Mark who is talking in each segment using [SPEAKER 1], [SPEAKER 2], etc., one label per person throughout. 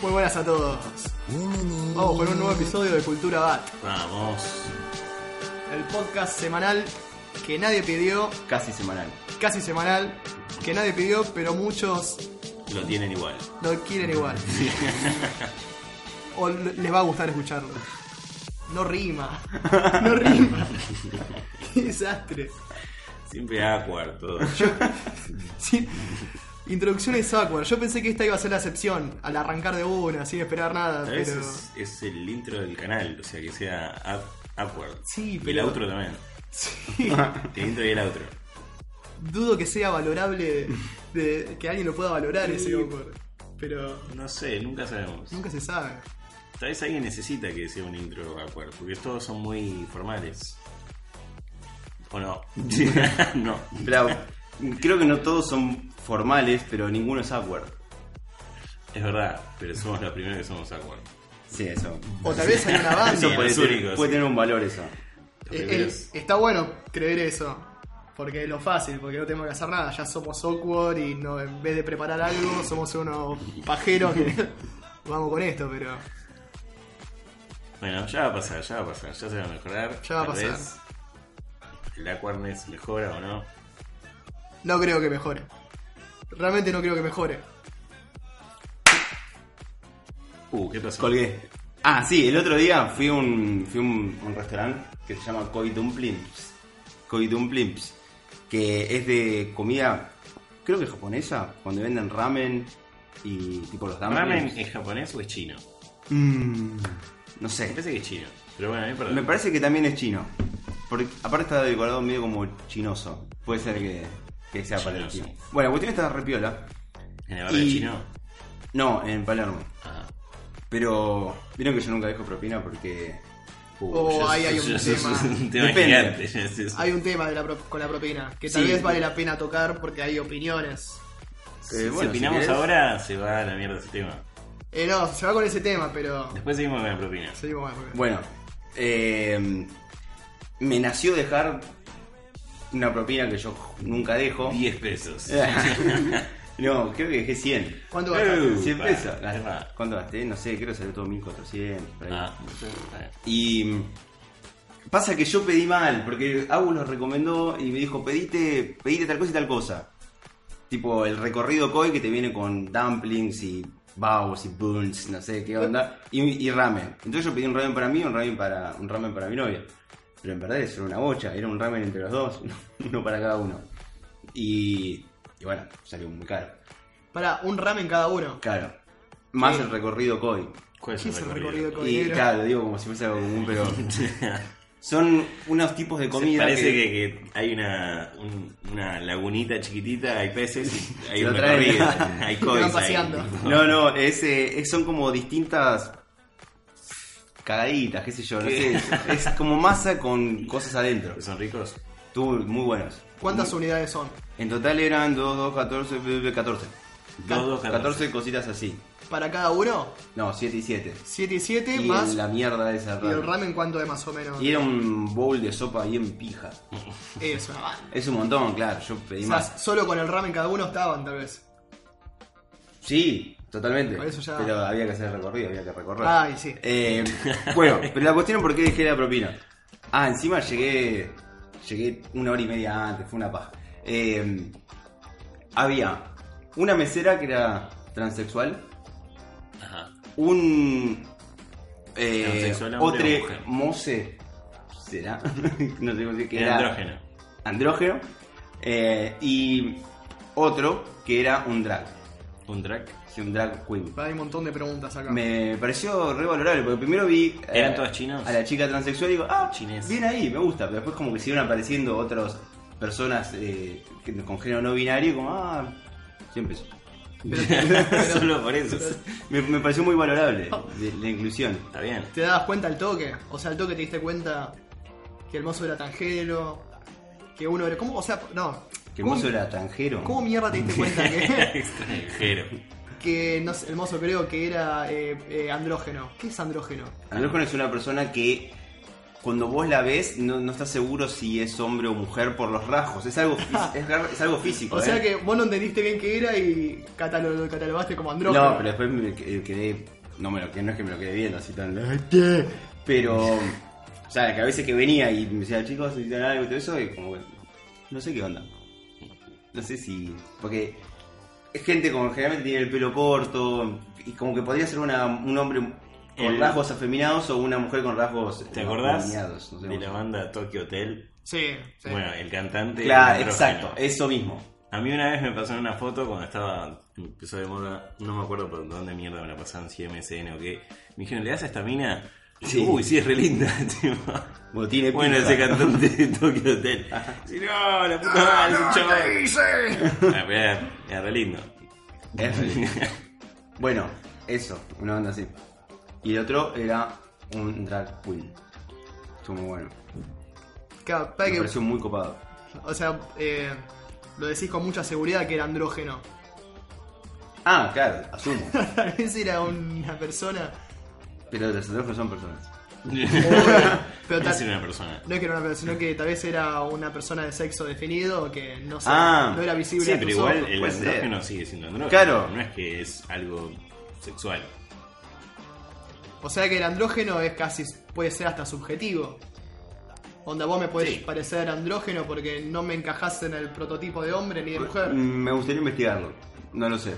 [SPEAKER 1] Muy buenas a todos. Vamos con un nuevo episodio de Cultura Bat,
[SPEAKER 2] Vamos.
[SPEAKER 1] el podcast semanal que nadie pidió,
[SPEAKER 2] Casi semanal.
[SPEAKER 1] casi semanal, que nadie pidió, pero muchos
[SPEAKER 2] Lo tienen igual.
[SPEAKER 1] lo quieren igual. O l- les va a gustar escucharlo. No rima, no rima. Qué desastre.
[SPEAKER 2] Siempre awkward todo.
[SPEAKER 1] Sí. Introducciones awkward. Yo pensé que esta iba a ser la excepción, al arrancar de una, sin esperar nada,
[SPEAKER 2] A veces
[SPEAKER 1] pero...
[SPEAKER 2] es, es el intro del canal, o sea que sea up- awkward.
[SPEAKER 1] Sí,
[SPEAKER 2] Y el
[SPEAKER 1] pero-
[SPEAKER 2] outro también.
[SPEAKER 1] Sí.
[SPEAKER 2] El intro y el outro.
[SPEAKER 1] Dudo que sea valorable, de, de- que alguien lo pueda valorar ese awkward. Pero...
[SPEAKER 2] No sé, nunca sabemos.
[SPEAKER 1] Nunca se sabe.
[SPEAKER 2] Tal vez alguien necesita que sea un intro awkward, porque todos son muy formales. ¿O no? no.
[SPEAKER 3] Pero, creo que no todos son formales, pero ninguno es awkward.
[SPEAKER 2] Es verdad, pero somos los primeros que somos awkward.
[SPEAKER 3] Sí, eso.
[SPEAKER 1] O tal vez hay una banda.
[SPEAKER 3] Eso
[SPEAKER 2] Sí,
[SPEAKER 3] puede,
[SPEAKER 2] los
[SPEAKER 3] ser-
[SPEAKER 2] únicos,
[SPEAKER 3] puede
[SPEAKER 2] sí.
[SPEAKER 3] tener un valor eso.
[SPEAKER 2] Los
[SPEAKER 1] Eh, eh,
[SPEAKER 2] primeros.
[SPEAKER 1] está bueno creer eso. Porque es lo fácil, porque no tenemos que hacer nada. Ya somos awkward y no, en vez de preparar algo, somos unos pajeros que vamos con esto, pero
[SPEAKER 2] Bueno, ya va a pasar, ya va a pasar, ya se va a mejorar.
[SPEAKER 1] Ya va a
[SPEAKER 2] tal
[SPEAKER 1] pasar.
[SPEAKER 2] vez. El awkwardness mejora o no.
[SPEAKER 1] no creo que mejore. Realmente no creo que mejore.
[SPEAKER 2] Uh, ¿qué pasó?
[SPEAKER 3] Colgué. Ah, sí, el otro día fui a un, fui a un, un restaurante que se llama Koi Dumplings. Koi Dumplings. Que es de comida, creo que japonesa, donde venden ramen y tipo los
[SPEAKER 2] ¿Ramen
[SPEAKER 3] dumplings.
[SPEAKER 2] es japonés o es chino?
[SPEAKER 3] Mm, no
[SPEAKER 2] Me
[SPEAKER 3] sé.
[SPEAKER 2] parece que es chino. Pero bueno, a mí perdón.
[SPEAKER 3] Me parece que también es chino. Porque aparte está decorado medio como chinoso. Puede ser que, que sea
[SPEAKER 2] Chinoso.
[SPEAKER 3] palestino. Bueno, la cuestión está repiola.
[SPEAKER 2] ¿En la barra de
[SPEAKER 3] y-
[SPEAKER 2] chino?
[SPEAKER 3] No, en Palermo.
[SPEAKER 2] Ah.
[SPEAKER 3] Pero vieron que yo nunca dejo propina porque.
[SPEAKER 1] Oh,
[SPEAKER 2] Yo-
[SPEAKER 1] ahí hay un
[SPEAKER 2] yo- yo-
[SPEAKER 1] tema. eh,
[SPEAKER 2] Es un tema
[SPEAKER 3] Depende.
[SPEAKER 2] gigante. Es- es-
[SPEAKER 1] Hay un tema de la pro- con la propina que tal
[SPEAKER 3] Sí.
[SPEAKER 1] vez vale la pena tocar porque hay opiniones.
[SPEAKER 3] que,
[SPEAKER 2] si,
[SPEAKER 3] eh, bueno,
[SPEAKER 2] si
[SPEAKER 3] si
[SPEAKER 2] opinamos
[SPEAKER 3] querés-
[SPEAKER 2] ahora, se va a la mierda ese tema.
[SPEAKER 1] Eh, no, se va con ese tema, pero.
[SPEAKER 2] Después seguimos con la propina.
[SPEAKER 1] Seguimos con la propina.
[SPEAKER 3] Bueno, eh, me nació dejar una propina que yo nunca dejo.
[SPEAKER 2] 10 pesos.
[SPEAKER 3] Eh. no, creo que dejé 100.
[SPEAKER 1] ¿Cuánto gastaste?
[SPEAKER 2] Eh,
[SPEAKER 3] 100
[SPEAKER 2] pa,
[SPEAKER 3] pesos.
[SPEAKER 2] es verdad.
[SPEAKER 3] ¿Cuánto gasté? No sé, creo que salió todo 1400. por ahí.
[SPEAKER 2] Ah, está bien.
[SPEAKER 3] Y mm, pasa que yo pedí mal, porque Agus lo recomendó y me dijo, pedite, pedite tal cosa y tal cosa. Tipo el recorrido koi que te viene con dumplings y baos y buns, no sé qué onda, y, y ramen. Entonces yo pedí un ramen para mí y un ramen para, un ramen para mi novia. Pero en verdad eso era una bocha, era un ramen entre los dos, uno para cada uno. Y, y bueno, salió muy caro.
[SPEAKER 1] Para un ramen cada uno.
[SPEAKER 3] Claro. Más
[SPEAKER 1] Sí.
[SPEAKER 3] el recorrido koi.
[SPEAKER 2] ¿Cuál es
[SPEAKER 1] ¿Qué
[SPEAKER 2] el
[SPEAKER 1] es el
[SPEAKER 2] recorrido?
[SPEAKER 1] recorrido?
[SPEAKER 3] Y
[SPEAKER 1] Cordero.
[SPEAKER 3] claro, digo como si fuese algo común, pero son unos tipos de
[SPEAKER 2] Se
[SPEAKER 3] comida
[SPEAKER 2] parece que, que hay una, un- una lagunita chiquitita, hay peces, y hay
[SPEAKER 3] Se
[SPEAKER 2] un
[SPEAKER 3] lo traen.
[SPEAKER 2] recorrido, hay
[SPEAKER 1] Te van
[SPEAKER 2] cois ahí.
[SPEAKER 1] paseando.
[SPEAKER 3] No, no, es, eh, es- son como distintas cagaditas, qué sé yo, no sé. Es, es como masa con cosas adentro.
[SPEAKER 2] ¿Son ricos?
[SPEAKER 3] Estuvo muy buenos.
[SPEAKER 1] ¿Cuántas unidades son?
[SPEAKER 3] En total eran 2, 2, 14, eh, 14.
[SPEAKER 2] 2, 2, 14.
[SPEAKER 3] 14 cositas así.
[SPEAKER 1] Para cada uno,
[SPEAKER 3] No, 7 y 7.
[SPEAKER 1] 7 y 7
[SPEAKER 3] Y
[SPEAKER 1] más.
[SPEAKER 3] la mierda esa
[SPEAKER 1] ¿Y el
[SPEAKER 3] rara.
[SPEAKER 1] ramen cuánto es más o menos? Eh,
[SPEAKER 3] Y era un bowl de sopa bien pija.
[SPEAKER 1] Es una banda.
[SPEAKER 3] Es un montón, claro, yo pedí
[SPEAKER 1] O sea,
[SPEAKER 3] más.
[SPEAKER 1] solo con el ramen cada uno estaban, tal vez.
[SPEAKER 3] Sí, totalmente.
[SPEAKER 1] Por eso ya- Ah,
[SPEAKER 3] Pero había que hacer el recorrido, había que recorrer.
[SPEAKER 1] Ay, sí.
[SPEAKER 3] Eh, bueno, pero la cuestión es por qué dejé la propina. Ah, encima llegué. Llegué una hora y media antes, fue una paja. Eh, había una mesera que era transexual,
[SPEAKER 2] Ajá.
[SPEAKER 3] un. Eh,
[SPEAKER 2] Transexual, hombre
[SPEAKER 3] otro
[SPEAKER 2] o mujer.
[SPEAKER 3] mose. ¿Será? no sé cómo decir que
[SPEAKER 2] Era
[SPEAKER 3] era.
[SPEAKER 2] andrógeno.
[SPEAKER 3] Andrógeno. eh, y otro que era un drag.
[SPEAKER 2] Un track.
[SPEAKER 3] sí, un drag queen.
[SPEAKER 1] Hay un montón de preguntas acá.
[SPEAKER 3] Me pareció revalorable, porque primero vi. eh,
[SPEAKER 2] ¿Eran todas chinos?
[SPEAKER 3] A la chica transexual y digo, ah,
[SPEAKER 2] Chinés.
[SPEAKER 3] bien ahí, me gusta. Pero después, como que siguieron apareciendo otras personas eh, que- con género no binario, y como, ah, 100 pesos.
[SPEAKER 2] Solo por eso.
[SPEAKER 3] Me, me pareció muy valorable
[SPEAKER 1] Oh.
[SPEAKER 3] de- la inclusión.
[SPEAKER 2] Está bien.
[SPEAKER 1] ¿Te dabas cuenta al toque? O sea, al toque te diste cuenta que el mozo era tanjero, que uno era. ¿Cómo? O sea, no.
[SPEAKER 3] Que el
[SPEAKER 1] ¿Cómo-
[SPEAKER 3] mozo era extranjero.
[SPEAKER 1] ¿Cómo mierda te diste cuenta que,
[SPEAKER 2] Extranjero.
[SPEAKER 1] que no sé, el mozo creo que era eh, eh, andrógeno? ¿Qué es andrógeno?
[SPEAKER 3] Andrógeno es una persona que cuando vos la ves no, no estás seguro si es hombre o mujer por los rasgos. Es algo, fí- es, gar- es algo físico.
[SPEAKER 1] O
[SPEAKER 3] ¿eh?
[SPEAKER 1] sea que vos no entendiste bien qué era y catalo- lo catalogaste como andrógeno.
[SPEAKER 3] No, pero después me que- eh, quedé. No, me lo, que- no es que me lo quedé viendo así tan. "Ay, ¿qué?". Pero. O sea, que a veces que venía y me decía, chicos, necesitan algo y todo eso, y como que. No sé qué onda. No sé si. Porque. Es gente como generalmente tiene el pelo corto. Y como que podría ser una, un hombre con
[SPEAKER 2] El-
[SPEAKER 3] rasgos afeminados o una mujer con rasgos.
[SPEAKER 2] ¿Te acordás
[SPEAKER 3] afeminados, no sé
[SPEAKER 2] de
[SPEAKER 3] cómo
[SPEAKER 2] la
[SPEAKER 3] se-
[SPEAKER 2] banda Tokyo Hotel?
[SPEAKER 1] Sí, sí.
[SPEAKER 2] Bueno, el cantante.
[SPEAKER 3] Claro,
[SPEAKER 2] andrógeno.
[SPEAKER 3] exacto, eso mismo.
[SPEAKER 2] A mí una vez me pasaron una foto cuando estaba, empezó de moda, no me acuerdo por dónde mierda me la pasaron, si MSN o qué. Me dijeron, ¿le das a esta mina?
[SPEAKER 3] Sí.
[SPEAKER 2] Uy, sí, es re linda. tipo.
[SPEAKER 3] Bueno, tiene
[SPEAKER 2] Bueno,
[SPEAKER 3] pinta.
[SPEAKER 2] ese cantante de Tokyo Hotel. Sí, no, la puta madre, es un chaval. Ah, pero era- era re lindo.
[SPEAKER 3] Es realista. bueno, eso, una banda así. Y el otro era un drag queen. Estuvo muy bueno.
[SPEAKER 1] Capaz
[SPEAKER 3] Me
[SPEAKER 1] que-
[SPEAKER 3] pareció muy copado.
[SPEAKER 1] o sea, eh, lo decís con mucha seguridad que era andrógeno.
[SPEAKER 3] Ah, claro, asumo.
[SPEAKER 1] Tal vez era una persona.
[SPEAKER 3] Pero los andrógenos son personas.
[SPEAKER 1] Pero
[SPEAKER 2] Es
[SPEAKER 1] tal,
[SPEAKER 2] una persona.
[SPEAKER 1] no es que era una persona, sino que tal vez era una persona de sexo definido que no, sé,
[SPEAKER 3] Ah,
[SPEAKER 1] no era visible
[SPEAKER 2] Sí,
[SPEAKER 1] a
[SPEAKER 2] pero
[SPEAKER 1] tus
[SPEAKER 2] igual
[SPEAKER 1] ojos.
[SPEAKER 2] el
[SPEAKER 3] puede ser.
[SPEAKER 2] andrógeno sigue siendo andrógeno.
[SPEAKER 3] Claro.
[SPEAKER 2] No es que es algo sexual.
[SPEAKER 1] O sea que el andrógeno es casi, puede ser hasta subjetivo. Onda, vos me puedes
[SPEAKER 2] Sí.
[SPEAKER 1] parecer andrógeno porque no me encajas en el prototipo de hombre ni de mujer.
[SPEAKER 3] Mm, Me gustaría investigarlo. No lo sé.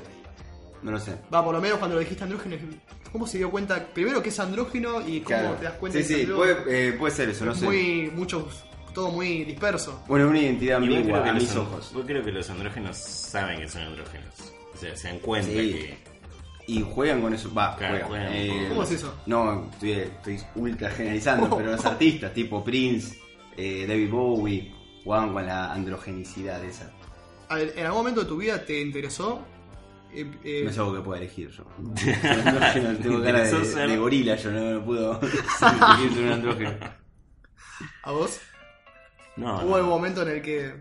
[SPEAKER 3] No lo sé.
[SPEAKER 1] Va, por lo menos cuando lo dijiste andrógeno, dije, ¿cómo se dio cuenta? Primero que es andrógeno y cómo
[SPEAKER 3] Claro.
[SPEAKER 1] te das cuenta
[SPEAKER 3] sí,
[SPEAKER 1] que es
[SPEAKER 3] sí,
[SPEAKER 1] andrógeno.
[SPEAKER 3] puede, eh, puede ser eso, no sé.
[SPEAKER 1] muy, muchos, todo muy disperso.
[SPEAKER 3] Bueno, una identidad
[SPEAKER 2] Igual creo
[SPEAKER 3] ambigua
[SPEAKER 2] que
[SPEAKER 3] a
[SPEAKER 2] los
[SPEAKER 3] mis
[SPEAKER 2] an-
[SPEAKER 3] ojos.
[SPEAKER 2] Yo creo que los andrógenos saben que son andrógenos. O sea, se dan cuenta
[SPEAKER 3] Sí.
[SPEAKER 2] que.
[SPEAKER 3] Y juegan con eso. Va,
[SPEAKER 2] Claro,
[SPEAKER 3] juegan. Eh,
[SPEAKER 2] juegan.
[SPEAKER 1] ¿Cómo es eso?
[SPEAKER 3] No, estoy, estoy ultra generalizando, pero los artistas tipo Prince, eh, David Bowie, juegan con la androgenicidad esa.
[SPEAKER 1] A ver, ¿En algún momento de tu vida te interesó? Eh, eh,
[SPEAKER 3] No es algo que pueda elegir yo. Soy andrógeno, tengo cara
[SPEAKER 2] Interesó
[SPEAKER 3] de,
[SPEAKER 2] ser-
[SPEAKER 3] de gorila, yo no, no puedo elegir ser un andrógeno.
[SPEAKER 1] ¿A vos?
[SPEAKER 2] No,
[SPEAKER 1] ¿Hubo
[SPEAKER 2] no.
[SPEAKER 1] algún momento en el que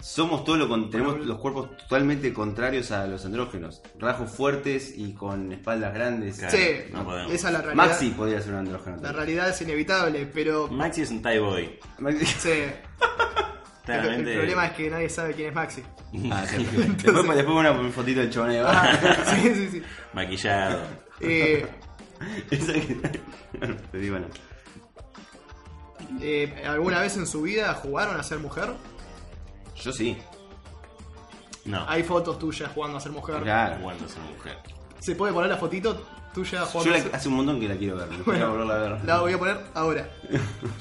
[SPEAKER 3] Somos todo lo con, tenemos los cuerpos totalmente contrarios a los andrógenos. Rasgos fuertes y con espaldas grandes.
[SPEAKER 2] Claro,
[SPEAKER 1] Sí,
[SPEAKER 2] no podemos.
[SPEAKER 1] esa es la realidad.
[SPEAKER 3] Maxi podría ser un andrógeno.
[SPEAKER 1] La realidad es inevitable, pero
[SPEAKER 2] Maxi es un tie boy.
[SPEAKER 3] Maxi.
[SPEAKER 1] sí, el- el,
[SPEAKER 2] Claramente.
[SPEAKER 1] problema es que nadie sabe quién es Maxi.
[SPEAKER 3] Ah, sí. después, después una fotito del chabón ahí abajo.
[SPEAKER 1] Ah, sí, sí, sí.
[SPEAKER 2] Maquillado.
[SPEAKER 1] Eh,
[SPEAKER 3] Esa que- Pero y bueno.
[SPEAKER 1] eh, ¿Alguna vez en su vida jugaron a ser mujer?
[SPEAKER 3] Yo sí.
[SPEAKER 2] No.
[SPEAKER 1] Hay fotos tuyas jugando a ser mujer.
[SPEAKER 3] Claro.
[SPEAKER 2] Cuando son mujer.
[SPEAKER 1] ¿Se puede poner la fotito tuya
[SPEAKER 3] Yo
[SPEAKER 1] jugando
[SPEAKER 3] la-
[SPEAKER 1] a ser
[SPEAKER 3] hace un montón que la quiero ver. me gustaría
[SPEAKER 1] Bueno,
[SPEAKER 3] volverla a ver.
[SPEAKER 1] La voy a poner ahora.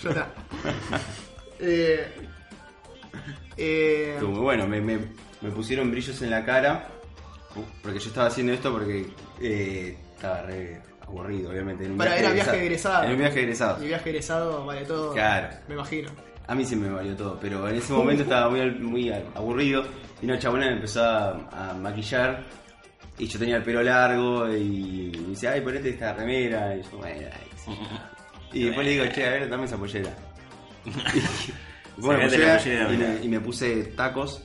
[SPEAKER 1] Ya está. Eh, eh,
[SPEAKER 3] Estuvo muy bueno, me, me, me pusieron brillos en la cara. uh, Porque yo estaba haciendo esto porque eh, estaba re aburrido, obviamente. en un
[SPEAKER 1] Para, era viaje de egresado.
[SPEAKER 3] Era un viaje de egresado.
[SPEAKER 1] y viaje egresado vale todo.
[SPEAKER 3] Claro.
[SPEAKER 1] Me imagino.
[SPEAKER 3] A mí se me valió todo, pero en ese momento estaba muy, al- muy al- aburrido. Y una chabona me empezó a, a maquillar. Y yo tenía el pelo largo. Y me dice, ay, ponete esta remera. Y yo, bueno, ay, qué sé yo". Y después le digo, che, a ver, dame esa pollera. Y, bueno,
[SPEAKER 2] Sacate la pollera,
[SPEAKER 3] y,
[SPEAKER 2] mirá.
[SPEAKER 3] me, y me puse tacos.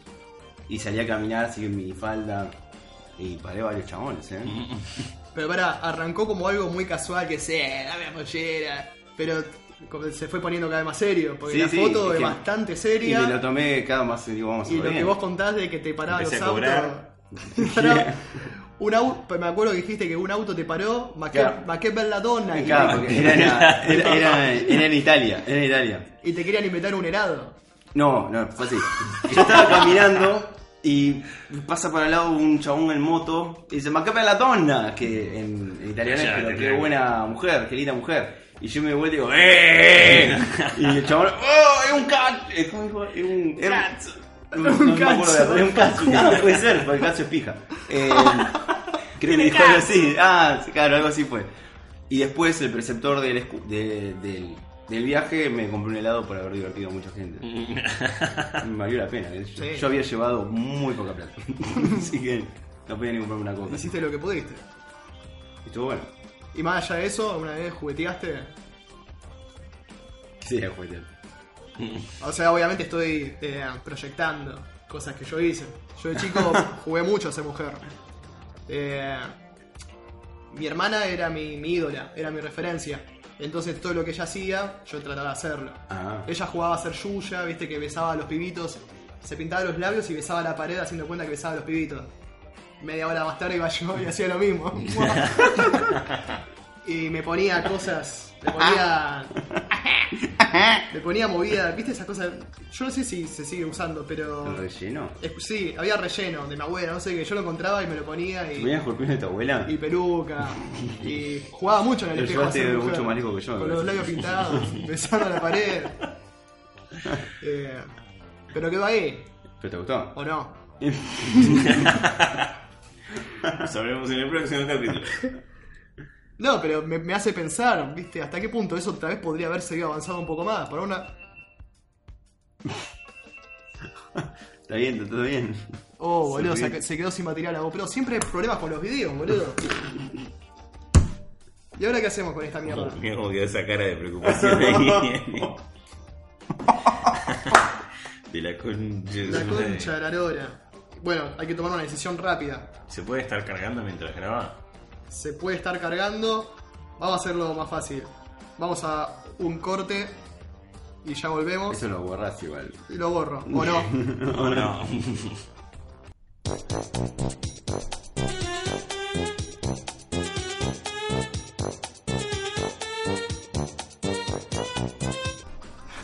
[SPEAKER 3] Y salí a caminar así que mi falda. Y paré varios chabones, ¿eh?
[SPEAKER 1] Pero para, arrancó como algo muy casual que sea, dame la pollera. Pero como se fue poniendo cada vez más serio. Porque
[SPEAKER 3] Sí,
[SPEAKER 1] la
[SPEAKER 3] sí,
[SPEAKER 1] foto
[SPEAKER 3] es
[SPEAKER 1] es
[SPEAKER 3] que-
[SPEAKER 1] bastante
[SPEAKER 3] Y me lo
[SPEAKER 1] seria.
[SPEAKER 3] tomé cada más. Digo, vamos a
[SPEAKER 1] Y lo,
[SPEAKER 3] ver
[SPEAKER 1] que
[SPEAKER 3] bien.
[SPEAKER 1] vos contás de que te paraba los
[SPEAKER 2] Empecé a
[SPEAKER 1] autos.
[SPEAKER 2] cobrar.
[SPEAKER 1] Paraba- un auto, me acuerdo que dijiste que un auto te paró, ma que,
[SPEAKER 3] Claro.
[SPEAKER 1] ma que bella donna, y-
[SPEAKER 3] Claro, porque era, era- era- era en Italia, era en Italia.
[SPEAKER 1] y te querían invitar un helado.
[SPEAKER 3] No, no, fue así. Yo estaba caminando y pasa por al lado un chabón en moto y dice, ma che bella donna, que en, en italiano es,
[SPEAKER 2] Ya,
[SPEAKER 3] pero qué
[SPEAKER 2] claro.
[SPEAKER 3] buena mujer, qué linda mujer. Y yo me vuelvo y digo, ¡eh! eh". Y el chabón, ¡oh! ¡Es un cat! eh, ¿Cómo dijo? Es un. era- No, no
[SPEAKER 1] Un
[SPEAKER 3] me acuerdo
[SPEAKER 1] cazzo.
[SPEAKER 3] de verdad, es un cazzo. No, puede ser, porque el cazzo es pija. Eh, creo que dijo algo así. Ah, sí, claro, algo así fue. Y después el preceptor del, escu- de- del, del viaje me compró un helado por haber divertido a mucha gente. Me valió la pena. ¿eh? Yo,
[SPEAKER 1] Mm. Sí.
[SPEAKER 3] yo había llevado muy poca plata. Así que No podía ni comprarme una coca.
[SPEAKER 1] Hiciste lo que pudiste.
[SPEAKER 3] Estuvo bueno.
[SPEAKER 1] Y más allá de eso, una vez jugueteaste.
[SPEAKER 3] ¿Qué sería juguetear?
[SPEAKER 1] O sea, obviamente estoy eh, proyectando cosas que yo hice. Yo de chico jugué mucho a ser mujer. Eh, mi hermana era mi, mi ídola, era mi referencia. Entonces todo lo que ella hacía, yo trataba de hacerlo.
[SPEAKER 3] Ah.
[SPEAKER 1] Ella jugaba a ser Yuya, viste que besaba a los pibitos, se pintaba los labios y besaba la pared haciendo cuenta que besaba a los pibitos. Media hora más tarde iba yo y hacía lo mismo. y me ponía cosas, le ponía le ponía movida, viste esas cosas. Yo no sé si se sigue usando,
[SPEAKER 3] ¿El
[SPEAKER 1] pero
[SPEAKER 3] relleno?
[SPEAKER 1] es- sí, había relleno de mi abuela, no sé qué, yo lo encontraba y me lo ponía
[SPEAKER 3] ¿Te
[SPEAKER 1] y
[SPEAKER 3] ponías escorpión de tu abuela?
[SPEAKER 1] y peluca. Y jugaba mucho en el
[SPEAKER 3] Pero
[SPEAKER 1] espejo. a
[SPEAKER 3] jugaste
[SPEAKER 1] ser mujer,
[SPEAKER 3] mucho más lejos que yo, me
[SPEAKER 1] Con los
[SPEAKER 3] parece.
[SPEAKER 1] labios pintados, besando la pared. Eh, pero quedó ahí,
[SPEAKER 3] ¿Pero te gustó?
[SPEAKER 1] ¿o no?
[SPEAKER 2] Sabremos en el próximo capítulo.
[SPEAKER 1] No, pero me, me hace pensar, ¿viste? ¿Hasta qué punto eso tal vez podría haber seguido avanzado un poco más? Para una.
[SPEAKER 3] Está bien, está todo bien.
[SPEAKER 1] Oh, boludo,
[SPEAKER 3] Sí.
[SPEAKER 1] se, se quedó sin material la GoPro. Siempre hay problemas con los videos, boludo. ¿Y ahora qué hacemos con esta mierda?
[SPEAKER 2] Mira cómo quedó esa cara de preocupación ahí. De la concha. de
[SPEAKER 1] La
[SPEAKER 2] su madre.
[SPEAKER 1] concha de la lora. Bueno, hay que tomar una decisión rápida.
[SPEAKER 2] ¿Se puede estar cargando mientras graba?
[SPEAKER 1] se puede estar cargando. Vamos a hacerlo más fácil. Vamos a un corte y ya volvemos.
[SPEAKER 3] Eso lo borrás igual.
[SPEAKER 1] Y lo borro, o no.
[SPEAKER 2] ¿O no?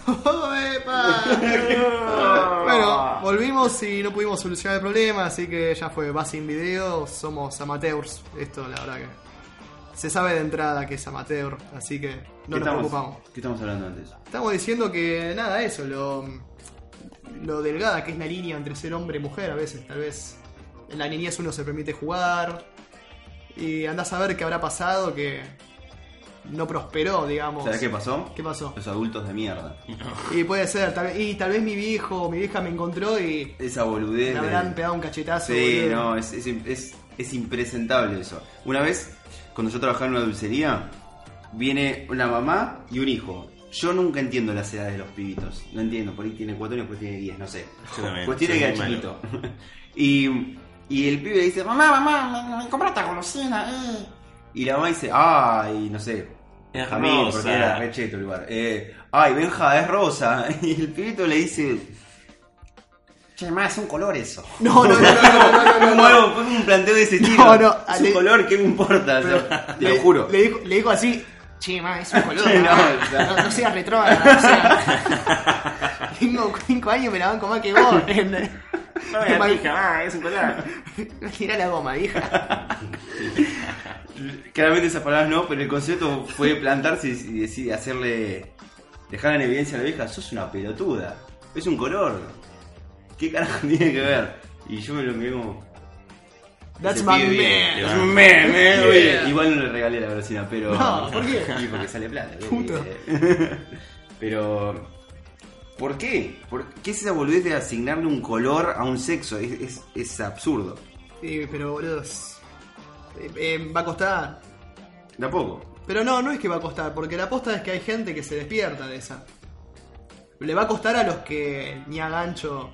[SPEAKER 1] ¡Oh, ¡Epa! bueno, volvimos y no pudimos solucionar el problema, así que ya fue. Va sin video, somos amateurs. Esto, la verdad que. Se sabe de entrada que es amateur, así que no nos
[SPEAKER 3] ¿Qué estamos-
[SPEAKER 1] preocupamos.
[SPEAKER 3] ¿Qué estamos hablando antes?
[SPEAKER 1] Estamos diciendo que nada, eso, lo, lo delgada que es la línea entre ser hombre y mujer a veces, tal vez. En la niñez uno se permite jugar y andás a ver qué habrá pasado, que no prosperó, digamos.
[SPEAKER 3] ¿Sabes qué pasó?
[SPEAKER 1] ¿Qué pasó?
[SPEAKER 3] Los adultos de mierda.
[SPEAKER 1] Y puede ser, tal vez, y tal vez mi viejo o mi vieja me encontró y
[SPEAKER 3] Esa
[SPEAKER 1] me
[SPEAKER 3] boludez.
[SPEAKER 1] habrán
[SPEAKER 3] de-
[SPEAKER 1] pegado un cachetazo.
[SPEAKER 3] Sí,
[SPEAKER 1] boludo.
[SPEAKER 3] no, es, es, es- es impresentable eso. Una vez, cuando yo trabajaba en una dulcería, viene una mamá y un hijo. Yo nunca entiendo las edades de los pibitos. No entiendo, por ahí tiene 4 años, después tiene 10, no sé.
[SPEAKER 2] Yo también,
[SPEAKER 3] Pues tiene
[SPEAKER 2] soy
[SPEAKER 3] que
[SPEAKER 2] muy
[SPEAKER 3] era chiquito. y, y el pibe le dice, mamá, mamá, me, me compré esta golosina. eh". Y la mamá dice, ay, no sé.
[SPEAKER 2] Es
[SPEAKER 3] Jamil, porque
[SPEAKER 2] rosa.
[SPEAKER 3] era recheto el lugar. Eh, ay, Benja, es rosa. Y el pibito le dice, che, mamá, es un color eso.
[SPEAKER 1] No, no, no, no, no, no, no, no,
[SPEAKER 3] Como algo, fue un planteo de ese estilo.
[SPEAKER 1] No, no,
[SPEAKER 3] es
[SPEAKER 1] le-
[SPEAKER 3] un color, ¿qué me importa? O sea, te
[SPEAKER 1] Le-
[SPEAKER 3] lo juro.
[SPEAKER 1] Le dijo, le dijo así, che, ma, es un color.
[SPEAKER 3] Sí, no,
[SPEAKER 1] ma.
[SPEAKER 3] o sea.
[SPEAKER 1] no, no seas retrógrada, no seas- Tengo 5 años y me la banco más que vos. ¿entendés?
[SPEAKER 2] No, la pija, ah, es un color.
[SPEAKER 1] Tira la goma, hija.
[SPEAKER 3] Claramente esas palabras no, pero el concepto fue plantarse y y decir, hacerle. dejar en evidencia a la vieja, sos una pelotuda. Es un color. ¿Qué carajo tiene que ver? Y yo me lo miré como.
[SPEAKER 1] That's
[SPEAKER 3] ese
[SPEAKER 1] my
[SPEAKER 3] pibe,
[SPEAKER 1] man. Oh,
[SPEAKER 3] Es un meme,
[SPEAKER 1] Yeah.
[SPEAKER 3] oye. Igual no le regalé la velocidad, pero.
[SPEAKER 1] No, ¿por qué?
[SPEAKER 3] Y porque sale plata. oye.
[SPEAKER 1] Puto.
[SPEAKER 3] pero. ¿Por qué? ¿Por ¿Qué es esa boludez de asignarle un color a un sexo? Es, es, es absurdo.
[SPEAKER 1] Sí, pero boludo. es- eh, eh, va a costar.
[SPEAKER 3] Tampoco.
[SPEAKER 1] Pero no, no es que va a costar, porque la aposta es que hay gente que se despierta de esa. Le va a costar a los que ni a gancho.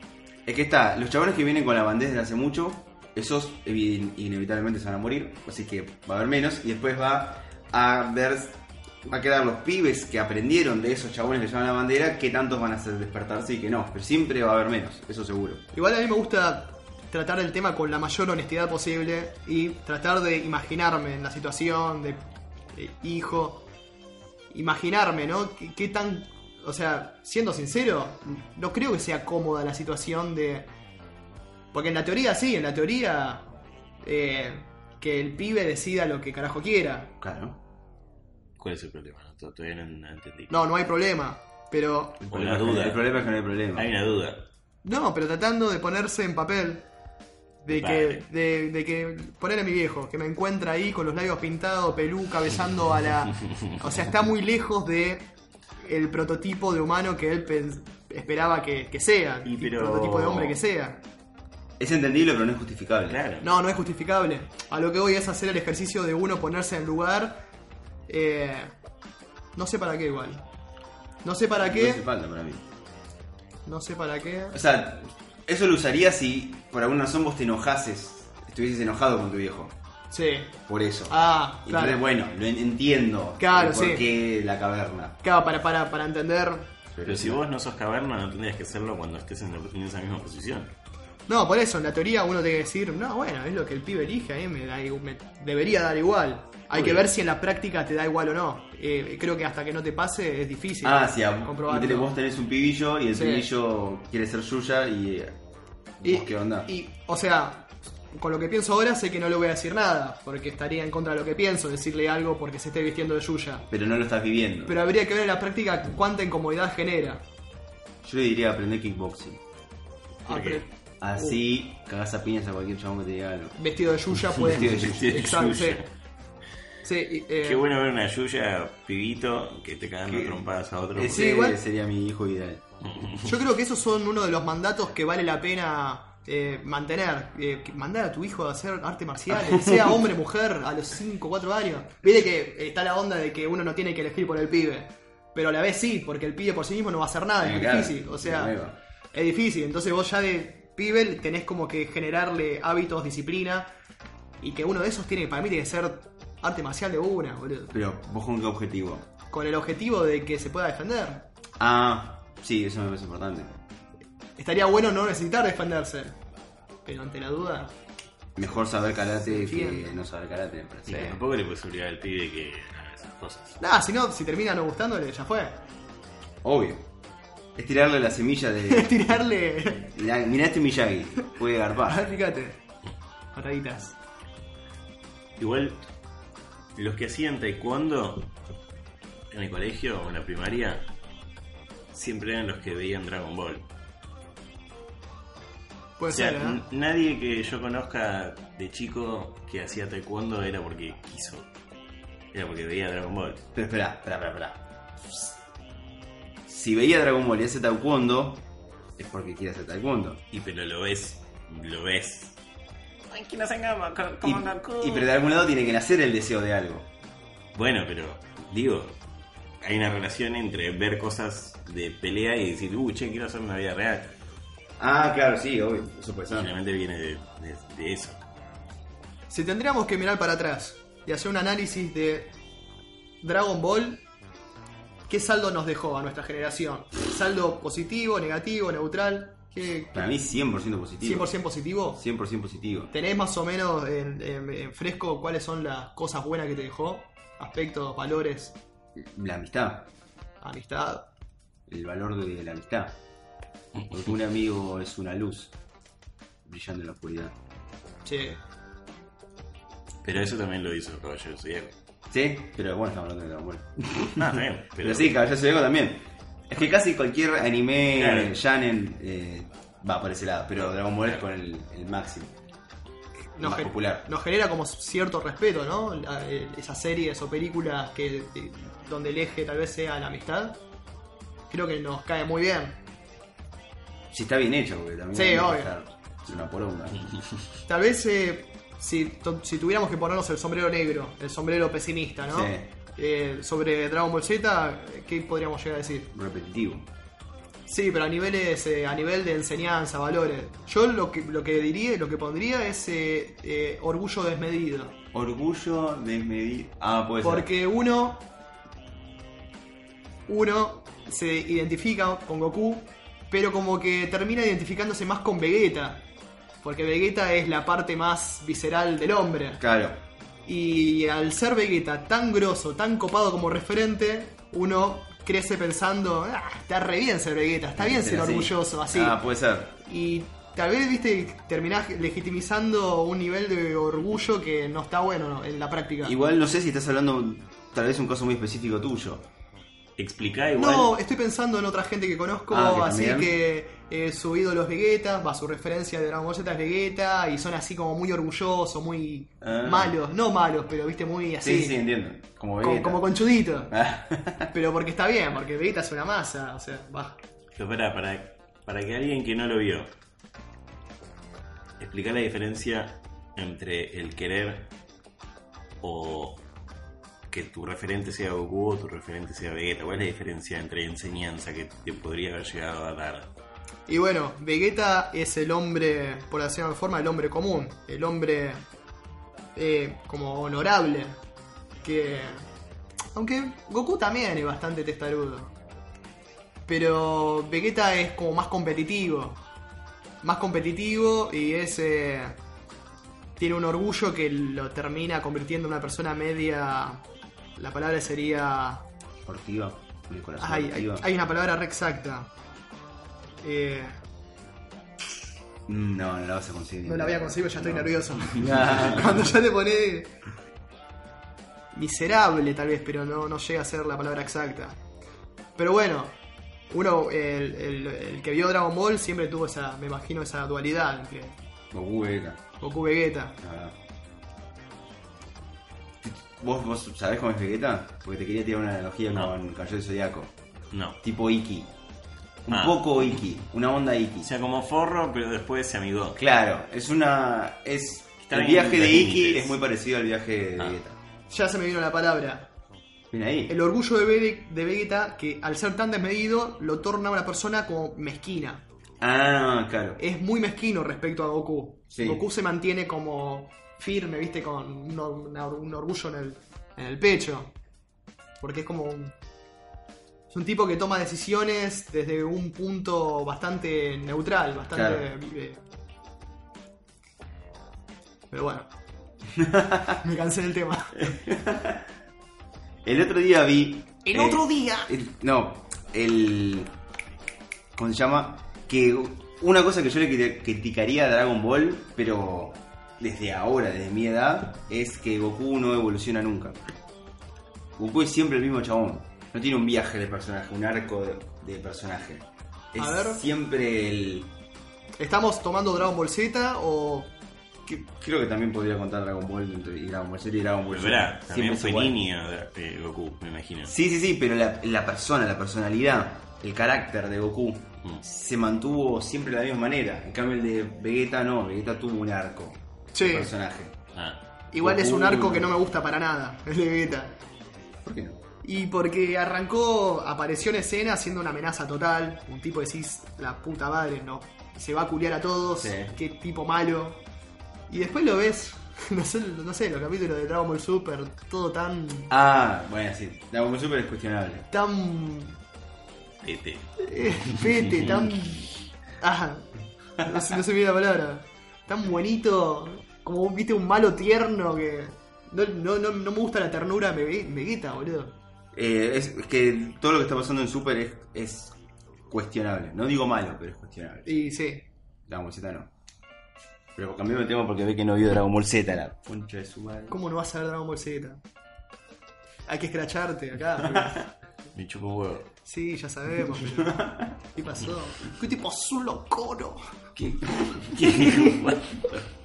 [SPEAKER 3] Es que está, los chavales que vienen con la bandera desde hace mucho, esos evi- inevitablemente se van a morir, así que va a haber menos, y después va a ver, va a quedar los pibes que aprendieron de esos chabones que llevan la bandera, que tantos van a hacer despertarse y que no, pero siempre va a haber menos, eso seguro.
[SPEAKER 1] Igual a mí me gusta tratar el tema con la mayor honestidad posible y tratar de imaginarme en la situación de eh, hijo. Imaginarme, ¿no? ¿Qué, qué tan... O sea, siendo sincero, no creo que sea cómoda la situación de... Porque en la teoría sí, en la teoría... eh, que el pibe decida lo que carajo quiera.
[SPEAKER 3] Claro.
[SPEAKER 2] ¿Cuál es el problema? No, to- todavía no, no entendí.
[SPEAKER 1] No, no hay problema. Pero...
[SPEAKER 3] El
[SPEAKER 2] O
[SPEAKER 3] problema,
[SPEAKER 2] la
[SPEAKER 3] es que-
[SPEAKER 2] duda.
[SPEAKER 3] el problema es que no hay problema.
[SPEAKER 2] Hay una duda.
[SPEAKER 1] No, pero tratando de ponerse en papel. De que,
[SPEAKER 2] Vale.
[SPEAKER 1] de, de que poner a mi viejo, que me encuentra ahí con los labios pintados, peluca, besando a la... O sea, está muy lejos de el prototipo de humano que él pens- esperaba que, que sea,
[SPEAKER 2] Y
[SPEAKER 1] el
[SPEAKER 2] pero-
[SPEAKER 1] prototipo de hombre que sea.
[SPEAKER 3] Es entendible, pero no es justificable.
[SPEAKER 2] Claro.
[SPEAKER 1] No, no es justificable. A lo que voy es hacer el ejercicio de uno ponerse en lugar. eh, no sé para qué igual. No sé para
[SPEAKER 3] No hace
[SPEAKER 1] qué.
[SPEAKER 3] falta para mí.
[SPEAKER 1] No sé para qué.
[SPEAKER 3] O sea, eso lo usaría si por alguna razón vos te enojases, estuvieses enojado con tu viejo.
[SPEAKER 1] Sí.
[SPEAKER 3] Por eso.
[SPEAKER 1] Ah,
[SPEAKER 3] Y
[SPEAKER 1] claro.
[SPEAKER 3] entonces, bueno, lo en- entiendo.
[SPEAKER 1] Claro,
[SPEAKER 3] el por
[SPEAKER 1] sí.
[SPEAKER 3] qué la caverna.
[SPEAKER 1] Claro, para, para, para entender.
[SPEAKER 2] Pero si vos no sos caverna, no tendrías que hacerlo cuando estés en, la- en esa misma posición.
[SPEAKER 1] No, por eso, en la teoría uno tiene que decir, no, bueno, es lo que el pibe elige, a mí me, da igu- me debería dar igual. Hay que
[SPEAKER 2] Obvio.
[SPEAKER 1] ver si en la práctica te da igual o no. Eh, creo que hasta que no te pase es difícil.
[SPEAKER 3] ah, sí, a-
[SPEAKER 1] comprobarlo.
[SPEAKER 3] ponele, vos tenés un pibillo y el
[SPEAKER 1] Sí.
[SPEAKER 3] pibillo quiere ser suya y. eh,
[SPEAKER 1] Y-
[SPEAKER 3] ¿vos ¿Qué onda?
[SPEAKER 1] Y, o sea, con lo que pienso ahora sé que no le voy a decir nada, porque estaría en contra de lo que pienso, decirle algo porque se esté vistiendo de Yuya.
[SPEAKER 3] Pero no lo estás viviendo.
[SPEAKER 1] Pero habría que ver en la práctica cuánta incomodidad genera.
[SPEAKER 3] Yo le diría aprender kickboxing.
[SPEAKER 2] ¿Por qué?
[SPEAKER 1] Apre-
[SPEAKER 3] Así
[SPEAKER 1] Uh.
[SPEAKER 3] cagás a piñas a cualquier chabón que te diga algo.
[SPEAKER 1] Vestido de Yuya puede.
[SPEAKER 3] Vestido de
[SPEAKER 2] yuya.
[SPEAKER 1] Exacto, sí. Sí, y, eh,
[SPEAKER 2] Qué bueno ver una Yuya, pibito, que te cagando
[SPEAKER 3] ¿Qué?
[SPEAKER 2] trompadas a otro.
[SPEAKER 3] Ese
[SPEAKER 1] Sí, igual-
[SPEAKER 3] sería mi hijo ideal.
[SPEAKER 1] Yo creo que esos son uno de los mandatos que vale la pena eh, mantener. Eh, que- mandar a tu hijo a hacer arte marcial, que sea hombre, mujer, a los 5, 4 años. Viste que eh, está la onda de que uno no tiene que elegir por el pibe. Pero a la vez sí, porque el pibe por sí mismo no va a hacer nada, es
[SPEAKER 3] Claro,
[SPEAKER 1] difícil. O sea,
[SPEAKER 3] de nuevo.
[SPEAKER 1] es difícil. Entonces vos ya de pibe tenés como que generarle hábitos, disciplina. Y que uno de esos tiene, para mí, tiene que ser arte marcial de una, boludo.
[SPEAKER 3] Pero vos con qué objetivo.
[SPEAKER 1] Con el objetivo de que se pueda defender.
[SPEAKER 3] Ah, sí, eso me parece importante.
[SPEAKER 1] Estaría bueno no necesitar defenderse. Pero ante la duda.
[SPEAKER 3] Mejor saber karate que
[SPEAKER 1] Bien.
[SPEAKER 3] no saber karate, me
[SPEAKER 2] Y
[SPEAKER 3] parece.
[SPEAKER 2] que tampoco le puedes obligar al pibe que haga esas cosas.
[SPEAKER 1] Nada, si no, si termina no gustándole, ya fue.
[SPEAKER 3] Obvio. Es tirarle la semilla de.
[SPEAKER 1] Tirarle.
[SPEAKER 3] Mirá mirá este Miyagi, puede
[SPEAKER 1] A ver,
[SPEAKER 3] garpar.
[SPEAKER 1] fíjate. Pataditas.
[SPEAKER 2] Igual, los que hacían taekwondo en el colegio o en la primaria, siempre eran los que veían Dragon Ball.
[SPEAKER 1] Puede
[SPEAKER 2] O sea,
[SPEAKER 1] ser,
[SPEAKER 2] n-
[SPEAKER 1] ¿eh?
[SPEAKER 2] nadie que yo conozca de chico que hacía taekwondo era porque quiso. Era porque veía Dragon Ball.
[SPEAKER 3] Pero espera, espera, espera, Si veía Dragon Ball y hace taekwondo, es porque quiere hacer taekwondo.
[SPEAKER 2] Y pero lo ves, lo ves.
[SPEAKER 3] Y, y pero de algún lado tiene que nacer el deseo de algo.
[SPEAKER 2] Bueno, pero digo, hay una relación entre ver cosas de pelea y decir, uh, che, quiero hacer una vida real.
[SPEAKER 3] Ah, claro, sí, obvio. Eso puede ser.
[SPEAKER 2] Generalmente viene de, de- de eso.
[SPEAKER 1] Si tendríamos que mirar para atrás y hacer un análisis de Dragon Ball, ¿qué saldo nos dejó a nuestra generación? ¿Saldo positivo, negativo, neutral? ¿Qué,
[SPEAKER 3] Para mí 100% positivo.
[SPEAKER 1] 100% positivo?
[SPEAKER 3] 100% positivo.
[SPEAKER 1] ¿Tenés más o menos en, en- en fresco cuáles son las cosas buenas que te dejó? Aspectos, valores,
[SPEAKER 3] La amistad.
[SPEAKER 1] amistad.
[SPEAKER 3] El valor de la amistad. Porque un amigo es una luz brillando en la oscuridad.
[SPEAKER 1] Che,
[SPEAKER 2] Pero eso también lo hizo Caballero Zodíaco.
[SPEAKER 3] ¿Sí? Pero bueno, estamos hablando de Dragon Ball.
[SPEAKER 2] No, está bien, pero,
[SPEAKER 3] Pero sí, Caballero Zodíaco también. Es que casi cualquier anime
[SPEAKER 2] Claro.
[SPEAKER 3] shonen eh, va por ese lado, pero Dragon Ball es
[SPEAKER 2] Claro.
[SPEAKER 3] con el, el máximo.
[SPEAKER 1] nos,
[SPEAKER 3] más
[SPEAKER 1] gen-
[SPEAKER 3] popular.
[SPEAKER 1] nos genera como cierto respeto, ¿no? La- eh, esas series o películas que eh, donde el eje tal vez sea la amistad. Creo que nos cae muy bien.
[SPEAKER 3] Si está bien hecho, porque también
[SPEAKER 1] Sí,
[SPEAKER 3] tiene que
[SPEAKER 1] obvio.
[SPEAKER 3] estar- es una poronga.
[SPEAKER 1] Tal vez eh, si, to- si tuviéramos que ponernos el sombrero negro, el sombrero pesimista, ¿no?
[SPEAKER 3] Sí.
[SPEAKER 1] Eh, sobre Dragon Ball Z, eh, ¿qué podríamos llegar a decir?
[SPEAKER 3] Repetitivo.
[SPEAKER 1] Sí, pero a niveles, eh, a nivel de enseñanza, valores. Yo lo que, lo que diría, lo que pondría es eh, eh, orgullo desmedido.
[SPEAKER 3] Orgullo desmedido. Ah, puede ser.
[SPEAKER 1] Porque uno. Uno se identifica con Goku, pero como que termina identificándose más con Vegeta. Porque Vegeta es la parte más visceral del hombre.
[SPEAKER 3] Claro.
[SPEAKER 1] Y al ser Vegeta tan grosso, tan copado como referente, uno crece pensando, "Ah, está re bien ser Vegeta, está bien ser
[SPEAKER 3] Este Así.
[SPEAKER 1] orgulloso, así.
[SPEAKER 3] Ah, puede ser.
[SPEAKER 1] Y tal vez, viste, terminás legitimizando un nivel de orgullo que no está bueno en la práctica.
[SPEAKER 3] Igual no sé si estás hablando tal vez un caso muy específico tuyo.
[SPEAKER 2] Explica igual.
[SPEAKER 1] No, estoy pensando en otra gente que conozco,
[SPEAKER 3] Ah, que
[SPEAKER 1] así
[SPEAKER 3] también.
[SPEAKER 1] que eh, su ídolo es Vegeta, va su referencia de Dragon Ball Z es Vegeta, y son así como muy orgullosos, muy
[SPEAKER 3] Ah.
[SPEAKER 1] malos, no malos, pero viste, muy así,
[SPEAKER 3] Sí, sí, entiendo.
[SPEAKER 1] como,
[SPEAKER 3] Como Vegeta.
[SPEAKER 1] como conchudito.
[SPEAKER 3] Ah,
[SPEAKER 1] Pero porque está bien, porque Vegeta es una masa, o sea, va.
[SPEAKER 2] Pero pará, para, para que alguien que no lo vio, explicar la diferencia entre el querer o que tu referente sea Goku o tu referente sea Vegeta. ¿Cuál es la diferencia entre enseñanza que te podría haber llegado a dar?
[SPEAKER 1] Y bueno, Vegeta es el hombre, por decirlo de alguna forma, el hombre común, el hombre eh, como honorable. Que. Aunque Goku también es bastante testarudo. Pero Vegeta es como más competitivo. Más competitivo y es. eh, tiene un orgullo que lo termina convirtiendo en una persona media. La palabra sería.
[SPEAKER 3] Ortiva, con el corazón.
[SPEAKER 1] Ay, hay,
[SPEAKER 3] ortiva.
[SPEAKER 1] hay una palabra re exacta. Eh,
[SPEAKER 3] Mm, No, no la vas a conseguir.
[SPEAKER 1] no la voy a conseguir, ya estoy
[SPEAKER 3] No.
[SPEAKER 1] nervioso. Cuando ya te pones miserable tal vez, pero no, no llega a ser la palabra exacta. Pero bueno, uno, el, el- el que vio Dragon Ball siempre tuvo esa, me imagino, esa dualidad entre
[SPEAKER 3] Goku, Vegeta.
[SPEAKER 1] Goku y Vegeta.
[SPEAKER 3] la verdad. Ah. ¿Vos, ¿Vos sabés cómo es Vegeta? Porque te quería tirar una analogía
[SPEAKER 2] No.
[SPEAKER 3] con Cayó de Zodiaco.
[SPEAKER 2] No.
[SPEAKER 3] Tipo Iki. Un
[SPEAKER 2] Ah.
[SPEAKER 3] poco Iki. Una onda Iki.
[SPEAKER 2] O sea, como forro, pero después se amigó.
[SPEAKER 3] Claro, es una. Es,
[SPEAKER 2] Está
[SPEAKER 3] el
[SPEAKER 2] bien,
[SPEAKER 3] viaje de
[SPEAKER 2] los
[SPEAKER 3] Iki
[SPEAKER 2] límites.
[SPEAKER 3] es muy parecido al viaje de
[SPEAKER 2] Ah.
[SPEAKER 3] Vegeta.
[SPEAKER 1] Ya se me vino la palabra.
[SPEAKER 3] Bien ahí.
[SPEAKER 1] El orgullo de, Vede- de Vegeta, que al ser tan desmedido, lo torna una persona como mezquina.
[SPEAKER 3] Ah, claro.
[SPEAKER 1] es muy mezquino respecto a Goku.
[SPEAKER 3] Sí.
[SPEAKER 1] Goku se mantiene como firme, viste, con un, or- una or- un orgullo en el, en el pecho. Porque es como un, es un tipo que toma decisiones desde un punto bastante neutral, bastante... eh, Pero bueno. Me cansé del tema.
[SPEAKER 3] El otro día vi.
[SPEAKER 1] El
[SPEAKER 3] eh,
[SPEAKER 1] otro día...
[SPEAKER 3] el- no, el. ¿Cómo se llama? Que una cosa que yo le criti- criticaría a Dragon Ball, pero desde ahora, desde mi edad, es que Goku no evoluciona nunca. Goku es siempre el mismo chabón. No tiene un viaje de personaje, un arco de, de personaje. Es
[SPEAKER 1] A ver.
[SPEAKER 3] siempre el.
[SPEAKER 1] ¿Estamos tomando Dragon Ball Z o...?
[SPEAKER 3] que- Creo que también podría contar Dragon Ball dentro- y Dragon Ball Z y Dragon Ball
[SPEAKER 2] Pero
[SPEAKER 3] Z.
[SPEAKER 2] verá, también
[SPEAKER 3] es
[SPEAKER 2] fue
[SPEAKER 3] igual.
[SPEAKER 2] niño de- de Goku, me imagino.
[SPEAKER 3] Sí, sí, sí, pero la, la persona, la personalidad, el carácter de Goku
[SPEAKER 2] Mm.
[SPEAKER 3] se mantuvo siempre de la misma manera. En cambio el de Vegeta no, Vegeta tuvo un arco.
[SPEAKER 1] Sí.
[SPEAKER 3] de personaje.
[SPEAKER 2] Ah,
[SPEAKER 1] Igual es un
[SPEAKER 3] Goku-
[SPEAKER 1] arco que no me gusta para nada. Es de Vegeta.
[SPEAKER 3] ¿Por qué no?
[SPEAKER 1] Y porque arrancó, apareció en escena siendo una amenaza total. Un tipo decís, la puta madre, no. Se va a culiar a todos.
[SPEAKER 3] Sí.
[SPEAKER 1] Qué tipo malo. Y después lo ves, no sé, no sé, los capítulos de Dragon Ball Super, todo tan.
[SPEAKER 3] Ah, bueno, sí, Dragon Ball Super es cuestionable.
[SPEAKER 1] tan.
[SPEAKER 2] tete.
[SPEAKER 1] eh, Fete, tan. Ah, no sé, no se me viene la palabra. Tan bonito. Como viste un malo tierno que. No, no, no, no me gusta la ternura, me, me guita, boludo.
[SPEAKER 3] Eh, es, es que todo lo que está pasando en Super es, es cuestionable. No digo malo, pero es cuestionable.
[SPEAKER 1] Y sí,
[SPEAKER 3] Dragon Ball Z no. Pero cambiamos de tema porque ve que no vio Dragon Ball Z, la concha de su madre.
[SPEAKER 1] ¿Cómo no vas a ver Dragon Ball Z? Hay que escracharte acá.
[SPEAKER 2] Me chupo un huevo.
[SPEAKER 1] sí, ya sabemos. pero- ¿Qué pasó? ¿Qué te pasó, loco? no?
[SPEAKER 3] ¿Qué?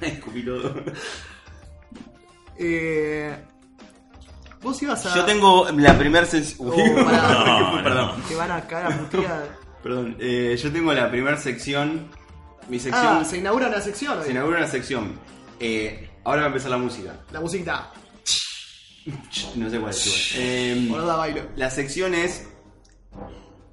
[SPEAKER 3] Escupí todo.
[SPEAKER 1] Eh, vos ibas a.
[SPEAKER 3] Yo tengo la primera sección.
[SPEAKER 1] Oh, pará.
[SPEAKER 2] No,
[SPEAKER 3] perdón.
[SPEAKER 1] Te van a caer a putear.
[SPEAKER 3] Perdón. Eh, yo tengo la primera sección. Mi sección.
[SPEAKER 1] Ah, se
[SPEAKER 3] se...
[SPEAKER 1] inaugura una sección hoy.
[SPEAKER 3] inaugura una sección. Eh, ahora va a empezar la música.
[SPEAKER 1] La musiquita.
[SPEAKER 3] No sé cuál es. igual. Eh,
[SPEAKER 1] Boluda bailo.
[SPEAKER 3] la sección es.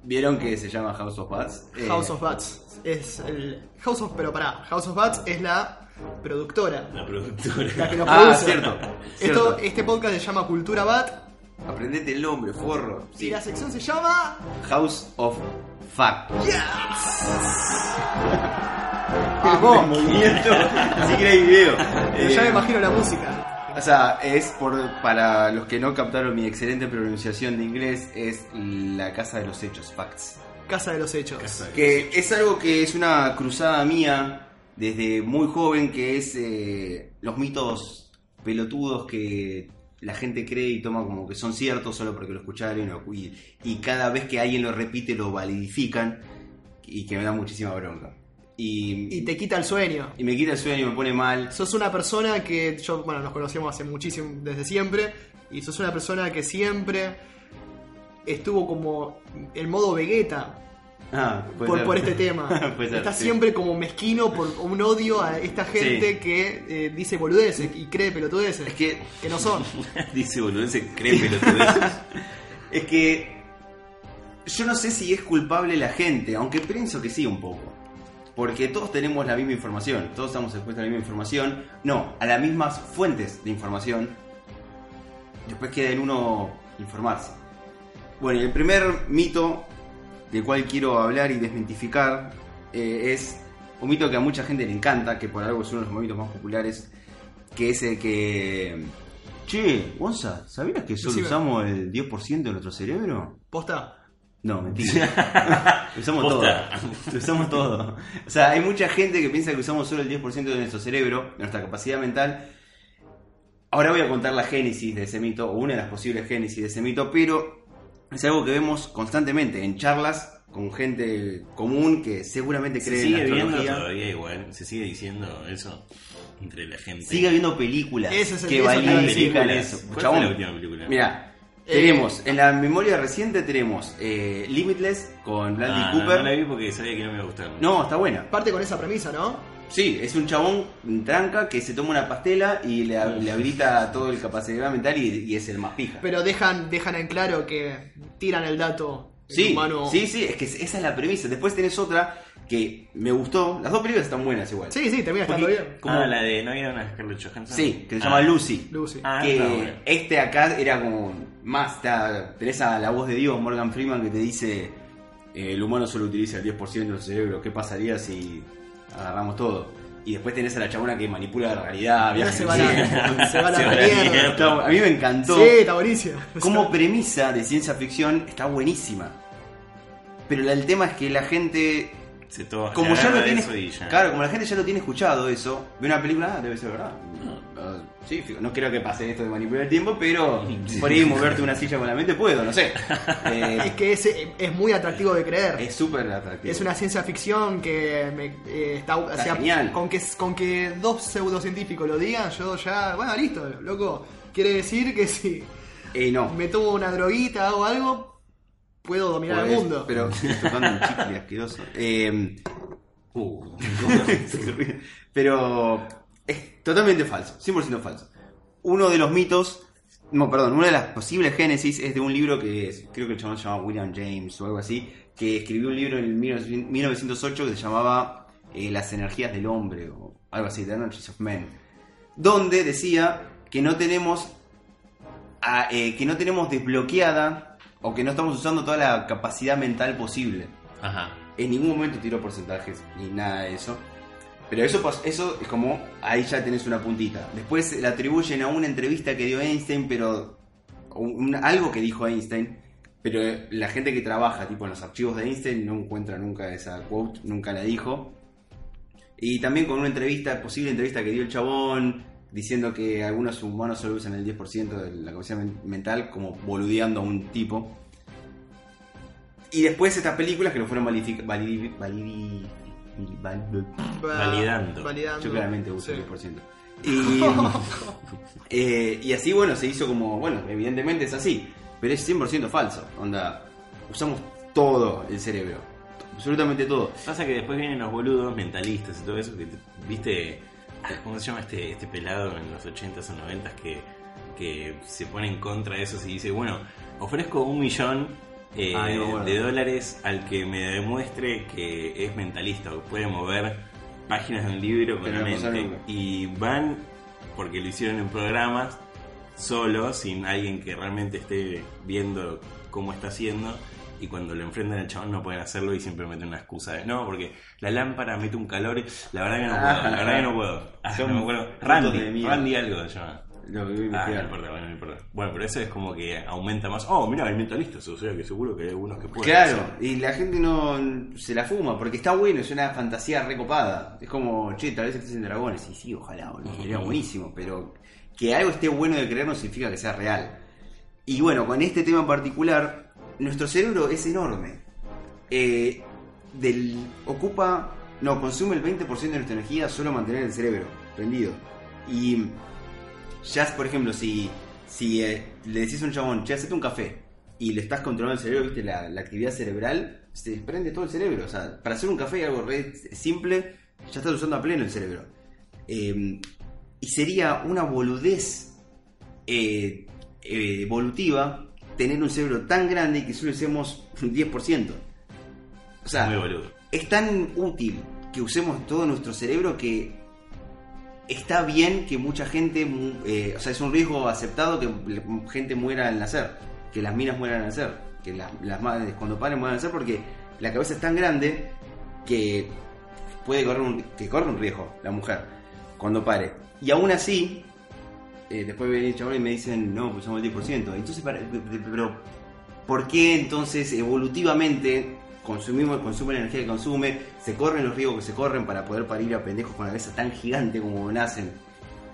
[SPEAKER 3] ¿Vieron que se llama House of Bats? Eh,
[SPEAKER 1] House of Bats. Es el. House of. Pero pará. House of Bats es la productora.
[SPEAKER 2] La
[SPEAKER 1] La
[SPEAKER 2] productora.
[SPEAKER 1] que nos
[SPEAKER 3] Ah,
[SPEAKER 1] produce.
[SPEAKER 3] cierto.
[SPEAKER 1] Esto,
[SPEAKER 3] cierto.
[SPEAKER 1] este podcast se llama Cultura Bat.
[SPEAKER 3] Aprendete el nombre, forro.
[SPEAKER 1] Y la sección se llama.
[SPEAKER 3] House of Fact. Ah,
[SPEAKER 1] Vamos.
[SPEAKER 3] movimiento. Así que hay video.
[SPEAKER 1] Pero ya
[SPEAKER 3] Eh,
[SPEAKER 1] me imagino la música.
[SPEAKER 3] O sea, es por, para los que no captaron mi excelente pronunciación de inglés, es la casa de los hechos, facts.
[SPEAKER 1] Casa de los Hechos.
[SPEAKER 3] Que es algo que es una cruzada mía desde muy joven, que es eh, los mitos pelotudos que la gente cree y toma como que son ciertos solo porque lo escucharon o- y, y cada vez que alguien lo repite lo validifican y que me da muchísima bronca. Y,
[SPEAKER 1] Y te quita el sueño.
[SPEAKER 3] y me quita el sueño, me pone mal.
[SPEAKER 1] Sos una persona que yo, bueno, nos conocemos hace muchísimo, desde siempre. Y sos una persona que siempre estuvo como el modo Vegeta.
[SPEAKER 3] Ah, puede
[SPEAKER 1] por,
[SPEAKER 3] ser.
[SPEAKER 1] por este tema.
[SPEAKER 3] Puede ser,
[SPEAKER 1] Está
[SPEAKER 3] sí.
[SPEAKER 1] siempre como mezquino por un odio a esta gente
[SPEAKER 3] Sí.
[SPEAKER 1] que eh, dice boludeces y cree pelotudeces.
[SPEAKER 3] Es que
[SPEAKER 1] que no son.
[SPEAKER 2] Dice, boludo, ese cree pelotudeces.
[SPEAKER 3] Es que yo no sé si es culpable la gente, aunque pienso que sí un poco. Porque todos tenemos la misma información, todos estamos expuestos a la misma información, no, a las mismas fuentes de información. Después queda en uno informarse. Bueno, y el primer mito del cual quiero hablar y desmentificar eh, es un mito que a mucha gente le encanta, que por algo es uno de los mitos más populares, que es el que... Che, Gonza, ¿sabías que solo
[SPEAKER 1] Decime.
[SPEAKER 3] usamos el 10% de nuestro cerebro?
[SPEAKER 1] Posta.
[SPEAKER 3] No, mentira. Lo usamos
[SPEAKER 2] Posta.
[SPEAKER 3] todo. Lo usamos todo. O sea, hay mucha gente que piensa que usamos solo el 10% de nuestro cerebro, de nuestra capacidad mental. Ahora voy a contar la génesis de ese mito, o una de las posibles génesis de ese mito, pero es algo que vemos constantemente en charlas con gente común que seguramente
[SPEAKER 2] Se
[SPEAKER 3] cree en la
[SPEAKER 2] sigue viendo
[SPEAKER 3] astrología.
[SPEAKER 2] todavía igual, se sigue diciendo eso entre la gente.
[SPEAKER 3] Sigue habiendo películas
[SPEAKER 1] Ese es el-
[SPEAKER 3] que
[SPEAKER 1] eso te iba a decir.
[SPEAKER 3] validan
[SPEAKER 2] películas.
[SPEAKER 3] eso.
[SPEAKER 2] ¿Cuál fue
[SPEAKER 3] Chabón.
[SPEAKER 2] la última película? Ah,
[SPEAKER 3] Mira,
[SPEAKER 1] Eh,
[SPEAKER 3] tenemos, en la memoria reciente tenemos eh, Limitless con Bradley
[SPEAKER 2] Ah, no,
[SPEAKER 3] Cooper.
[SPEAKER 2] No, la vi porque sabía que no me iba a gustar.
[SPEAKER 3] No, está buena.
[SPEAKER 1] Parte con esa premisa, ¿no?
[SPEAKER 3] Sí, es un chabón en tranca que se toma una pastela y le, le habilita todo el capacidad mental y, y es el más pija.
[SPEAKER 1] Pero dejan, dejan en claro que tiran el dato. el
[SPEAKER 3] sí,
[SPEAKER 1] humano.
[SPEAKER 3] sí, sí, es que esa es la premisa. Después tenés otra que me gustó. Las dos películas están buenas igual.
[SPEAKER 1] sí, sí, termina estando
[SPEAKER 3] Porque-
[SPEAKER 1] bien.
[SPEAKER 2] Como Ah, la de. ¿No había una Scarlett Johansson?
[SPEAKER 3] Sí, que se
[SPEAKER 2] Ah.
[SPEAKER 3] llama Lucy.
[SPEAKER 1] Lucy.
[SPEAKER 2] Ah,
[SPEAKER 3] que
[SPEAKER 2] está bueno.
[SPEAKER 3] este acá era como más, está, tenés a la voz de Dios, Morgan Freeman, que te dice, eh, el humano solo utiliza el 10% de nuestro cerebro, ¿qué pasaría si agarramos todo? Y después tenés a la chabona que manipula la realidad,
[SPEAKER 1] Ahora
[SPEAKER 3] viaja
[SPEAKER 1] se
[SPEAKER 3] en
[SPEAKER 1] va
[SPEAKER 3] el
[SPEAKER 1] la,
[SPEAKER 3] tiempo.
[SPEAKER 1] se va la
[SPEAKER 2] Se va la
[SPEAKER 1] mierda.
[SPEAKER 2] mierda.
[SPEAKER 3] Está- A mí me encantó.
[SPEAKER 1] Sí, está buenísima.
[SPEAKER 3] Como premisa de ciencia ficción está buenísima. Pero la- el tema es que la gente,
[SPEAKER 2] Se to-
[SPEAKER 3] como
[SPEAKER 2] se
[SPEAKER 3] ya lo
[SPEAKER 2] agarra
[SPEAKER 3] tiene,
[SPEAKER 2] eso y ya.
[SPEAKER 3] claro, como la gente ya lo tiene escuchado eso, ve una película, ah, debe ser verdad. Ah, Sí, fijo, no creo que pase esto de manipular el tiempo, pero
[SPEAKER 2] Sí.
[SPEAKER 3] por ahí moverte una silla con la mente puedo, no sé. Eh,
[SPEAKER 1] Es que es, es muy atractivo de creer.
[SPEAKER 3] es súper atractivo.
[SPEAKER 1] Es una ciencia ficción que me, eh, está, o
[SPEAKER 3] Está
[SPEAKER 1] sea,
[SPEAKER 3] genial.
[SPEAKER 1] Con que, con que dos pseudocientíficos lo digan, yo ya, bueno, listo, loco. Quiere decir que si
[SPEAKER 3] Eh, no.
[SPEAKER 1] me tomo una droguita o algo, puedo dominar
[SPEAKER 3] Podés,
[SPEAKER 1] el mundo.
[SPEAKER 3] Pero tocando un chicle asqueroso. Eh,
[SPEAKER 2] Uh,
[SPEAKER 3] Pero es totalmente falso, 100% falso. Uno de los mitos, no, perdón, una de las posibles génesis es de un libro que es- creo que el chabón se llamaba William James o algo así, que escribió un libro en 19- 1908 que se llamaba eh, Las energías del hombre o algo así, The Energies of Men, donde decía que no tenemos a- eh, que no tenemos desbloqueada o que no estamos usando toda la capacidad mental posible.
[SPEAKER 2] Ajá.
[SPEAKER 3] En ningún momento tiró porcentajes ni nada de eso. Pero eso, pas- eso es como, ahí ya tenés una puntita. Después se la atribuyen a una entrevista que dio Einstein, pero un- un- algo que dijo Einstein. Pero eh, la gente que trabaja, tipo en los archivos de Einstein, no encuentra nunca esa quote, nunca la dijo. Y también con una entrevista, posible entrevista que dio el chabón, diciendo que algunos humanos solo usan el 10% de la capacidad men- mental, como boludeando a un tipo. Y después estas películas que lo fueron validific- validi- validi- val-
[SPEAKER 1] Va-
[SPEAKER 2] validando.
[SPEAKER 1] validando.
[SPEAKER 3] yo claramente uso
[SPEAKER 1] Sí.
[SPEAKER 3] el 10%. Y, eh, y así, bueno, se hizo como, bueno, evidentemente es así, pero es 100% falso. Onda, usamos todo el cerebro, absolutamente todo.
[SPEAKER 2] Pasa que después vienen los boludos mentalistas y todo eso que te- viste cómo se llama este este pelado en los 80s o 90s que, que se pone en contra de eso y dice, bueno, ofrezco un millón eh,
[SPEAKER 3] Ah, digo, bueno.
[SPEAKER 2] de dólares al que me demuestre que es mentalista o puede mover páginas de un libro con
[SPEAKER 3] Pero
[SPEAKER 2] la
[SPEAKER 3] no pasa
[SPEAKER 2] mente.
[SPEAKER 3] nunca.
[SPEAKER 2] Y van porque lo hicieron en programas solo, sin alguien que realmente esté viendo cómo está haciendo. Y cuando lo enfrentan al chabón no pueden hacerlo y siempre meten una excusa de no, porque la lámpara mete un calor. y- La verdad que no puedo, la verdad que no puedo. Ah,
[SPEAKER 3] Son
[SPEAKER 2] no me acuerdo.
[SPEAKER 3] puntos de
[SPEAKER 2] Randy,
[SPEAKER 3] mierda.
[SPEAKER 2] Randy algo se llama.
[SPEAKER 3] Lo que voy a
[SPEAKER 2] Ah, no
[SPEAKER 3] investigar.
[SPEAKER 2] importa, bueno, no importa. Bueno, pero eso es como que aumenta más. Oh, mira, hay mentalistas, o sea que seguro que hay algunos que pueden.
[SPEAKER 3] Claro, y la gente no se la fuma porque está bueno, es una fantasía recopada. Es como, che, tal vez existen dragones. Y sí, ojalá, boludo, sería buenísimo, pero que algo esté bueno de creer no significa que sea real. Y bueno, con este tema en particular, nuestro cerebro es enorme. Eh, del, ocupa, no, consume el 20% de nuestra energía solo mantener el cerebro prendido. Y ya, por ejemplo, si, si eh, le decís a un chabón, che, hacete un café, y le estás controlando el cerebro, viste, la, la actividad cerebral, se desprende todo el cerebro. O sea, para hacer un café y algo re simple, ya estás usando a pleno el cerebro. Eh, y sería una boludez eh, eh, evolutiva tener un cerebro tan grande que solo usemos un 10%. O sea,
[SPEAKER 2] Muy boludo.
[SPEAKER 3] es tan útil que usemos todo nuestro cerebro que está bien que mucha gente, mu- eh, o sea, es un riesgo aceptado que le- gente muera al nacer, que las minas mueran al nacer, que las, las madres cuando paren mueran al nacer porque la cabeza es tan grande que puede correr un, que corre un riesgo la mujer cuando pare. Y aún así, eh, después viene el chabón y me dicen, no, pues somos el 10%. Entonces, para- pero, ¿por qué entonces evolutivamente consumimos, consume la energía que consume, se corren los riesgos que se corren para poder parir a pendejos con la cabeza tan gigante como nacen?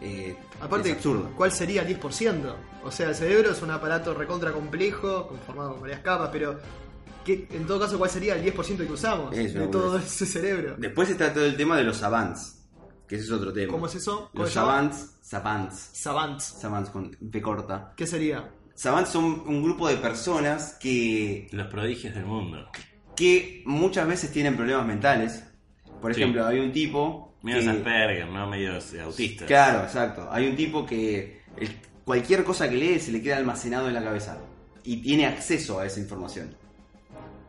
[SPEAKER 3] Eh,
[SPEAKER 1] Aparte,
[SPEAKER 3] es absurdo.
[SPEAKER 1] ¿cuál sería el 10%? O sea, el cerebro es un aparato recontra complejo, conformado con varias capas, pero ¿qué- en todo caso, ¿cuál sería el 10% que usamos
[SPEAKER 3] Eso,
[SPEAKER 1] de
[SPEAKER 3] boludo.
[SPEAKER 1] todo ese cerebro?
[SPEAKER 3] Después está todo el tema de los avants, que ese es otro tema.
[SPEAKER 1] ¿Cómo es eso? ¿Cómo
[SPEAKER 3] Los
[SPEAKER 1] se llama?
[SPEAKER 3] avants, savants,
[SPEAKER 1] Savants.
[SPEAKER 3] savants con B corta.
[SPEAKER 1] ¿Qué sería?
[SPEAKER 3] Savants son un grupo de personas que
[SPEAKER 2] Los prodigios del mundo.
[SPEAKER 3] que muchas veces tienen problemas mentales. Por
[SPEAKER 2] Sí.
[SPEAKER 3] ejemplo, hay un tipo.
[SPEAKER 2] Medio
[SPEAKER 3] que-
[SPEAKER 2] Asperger, ¿no? Medio eh, autista.
[SPEAKER 3] Claro, exacto. Hay un tipo que el- cualquier cosa que lee se le queda almacenado en la cabeza y tiene acceso a esa información.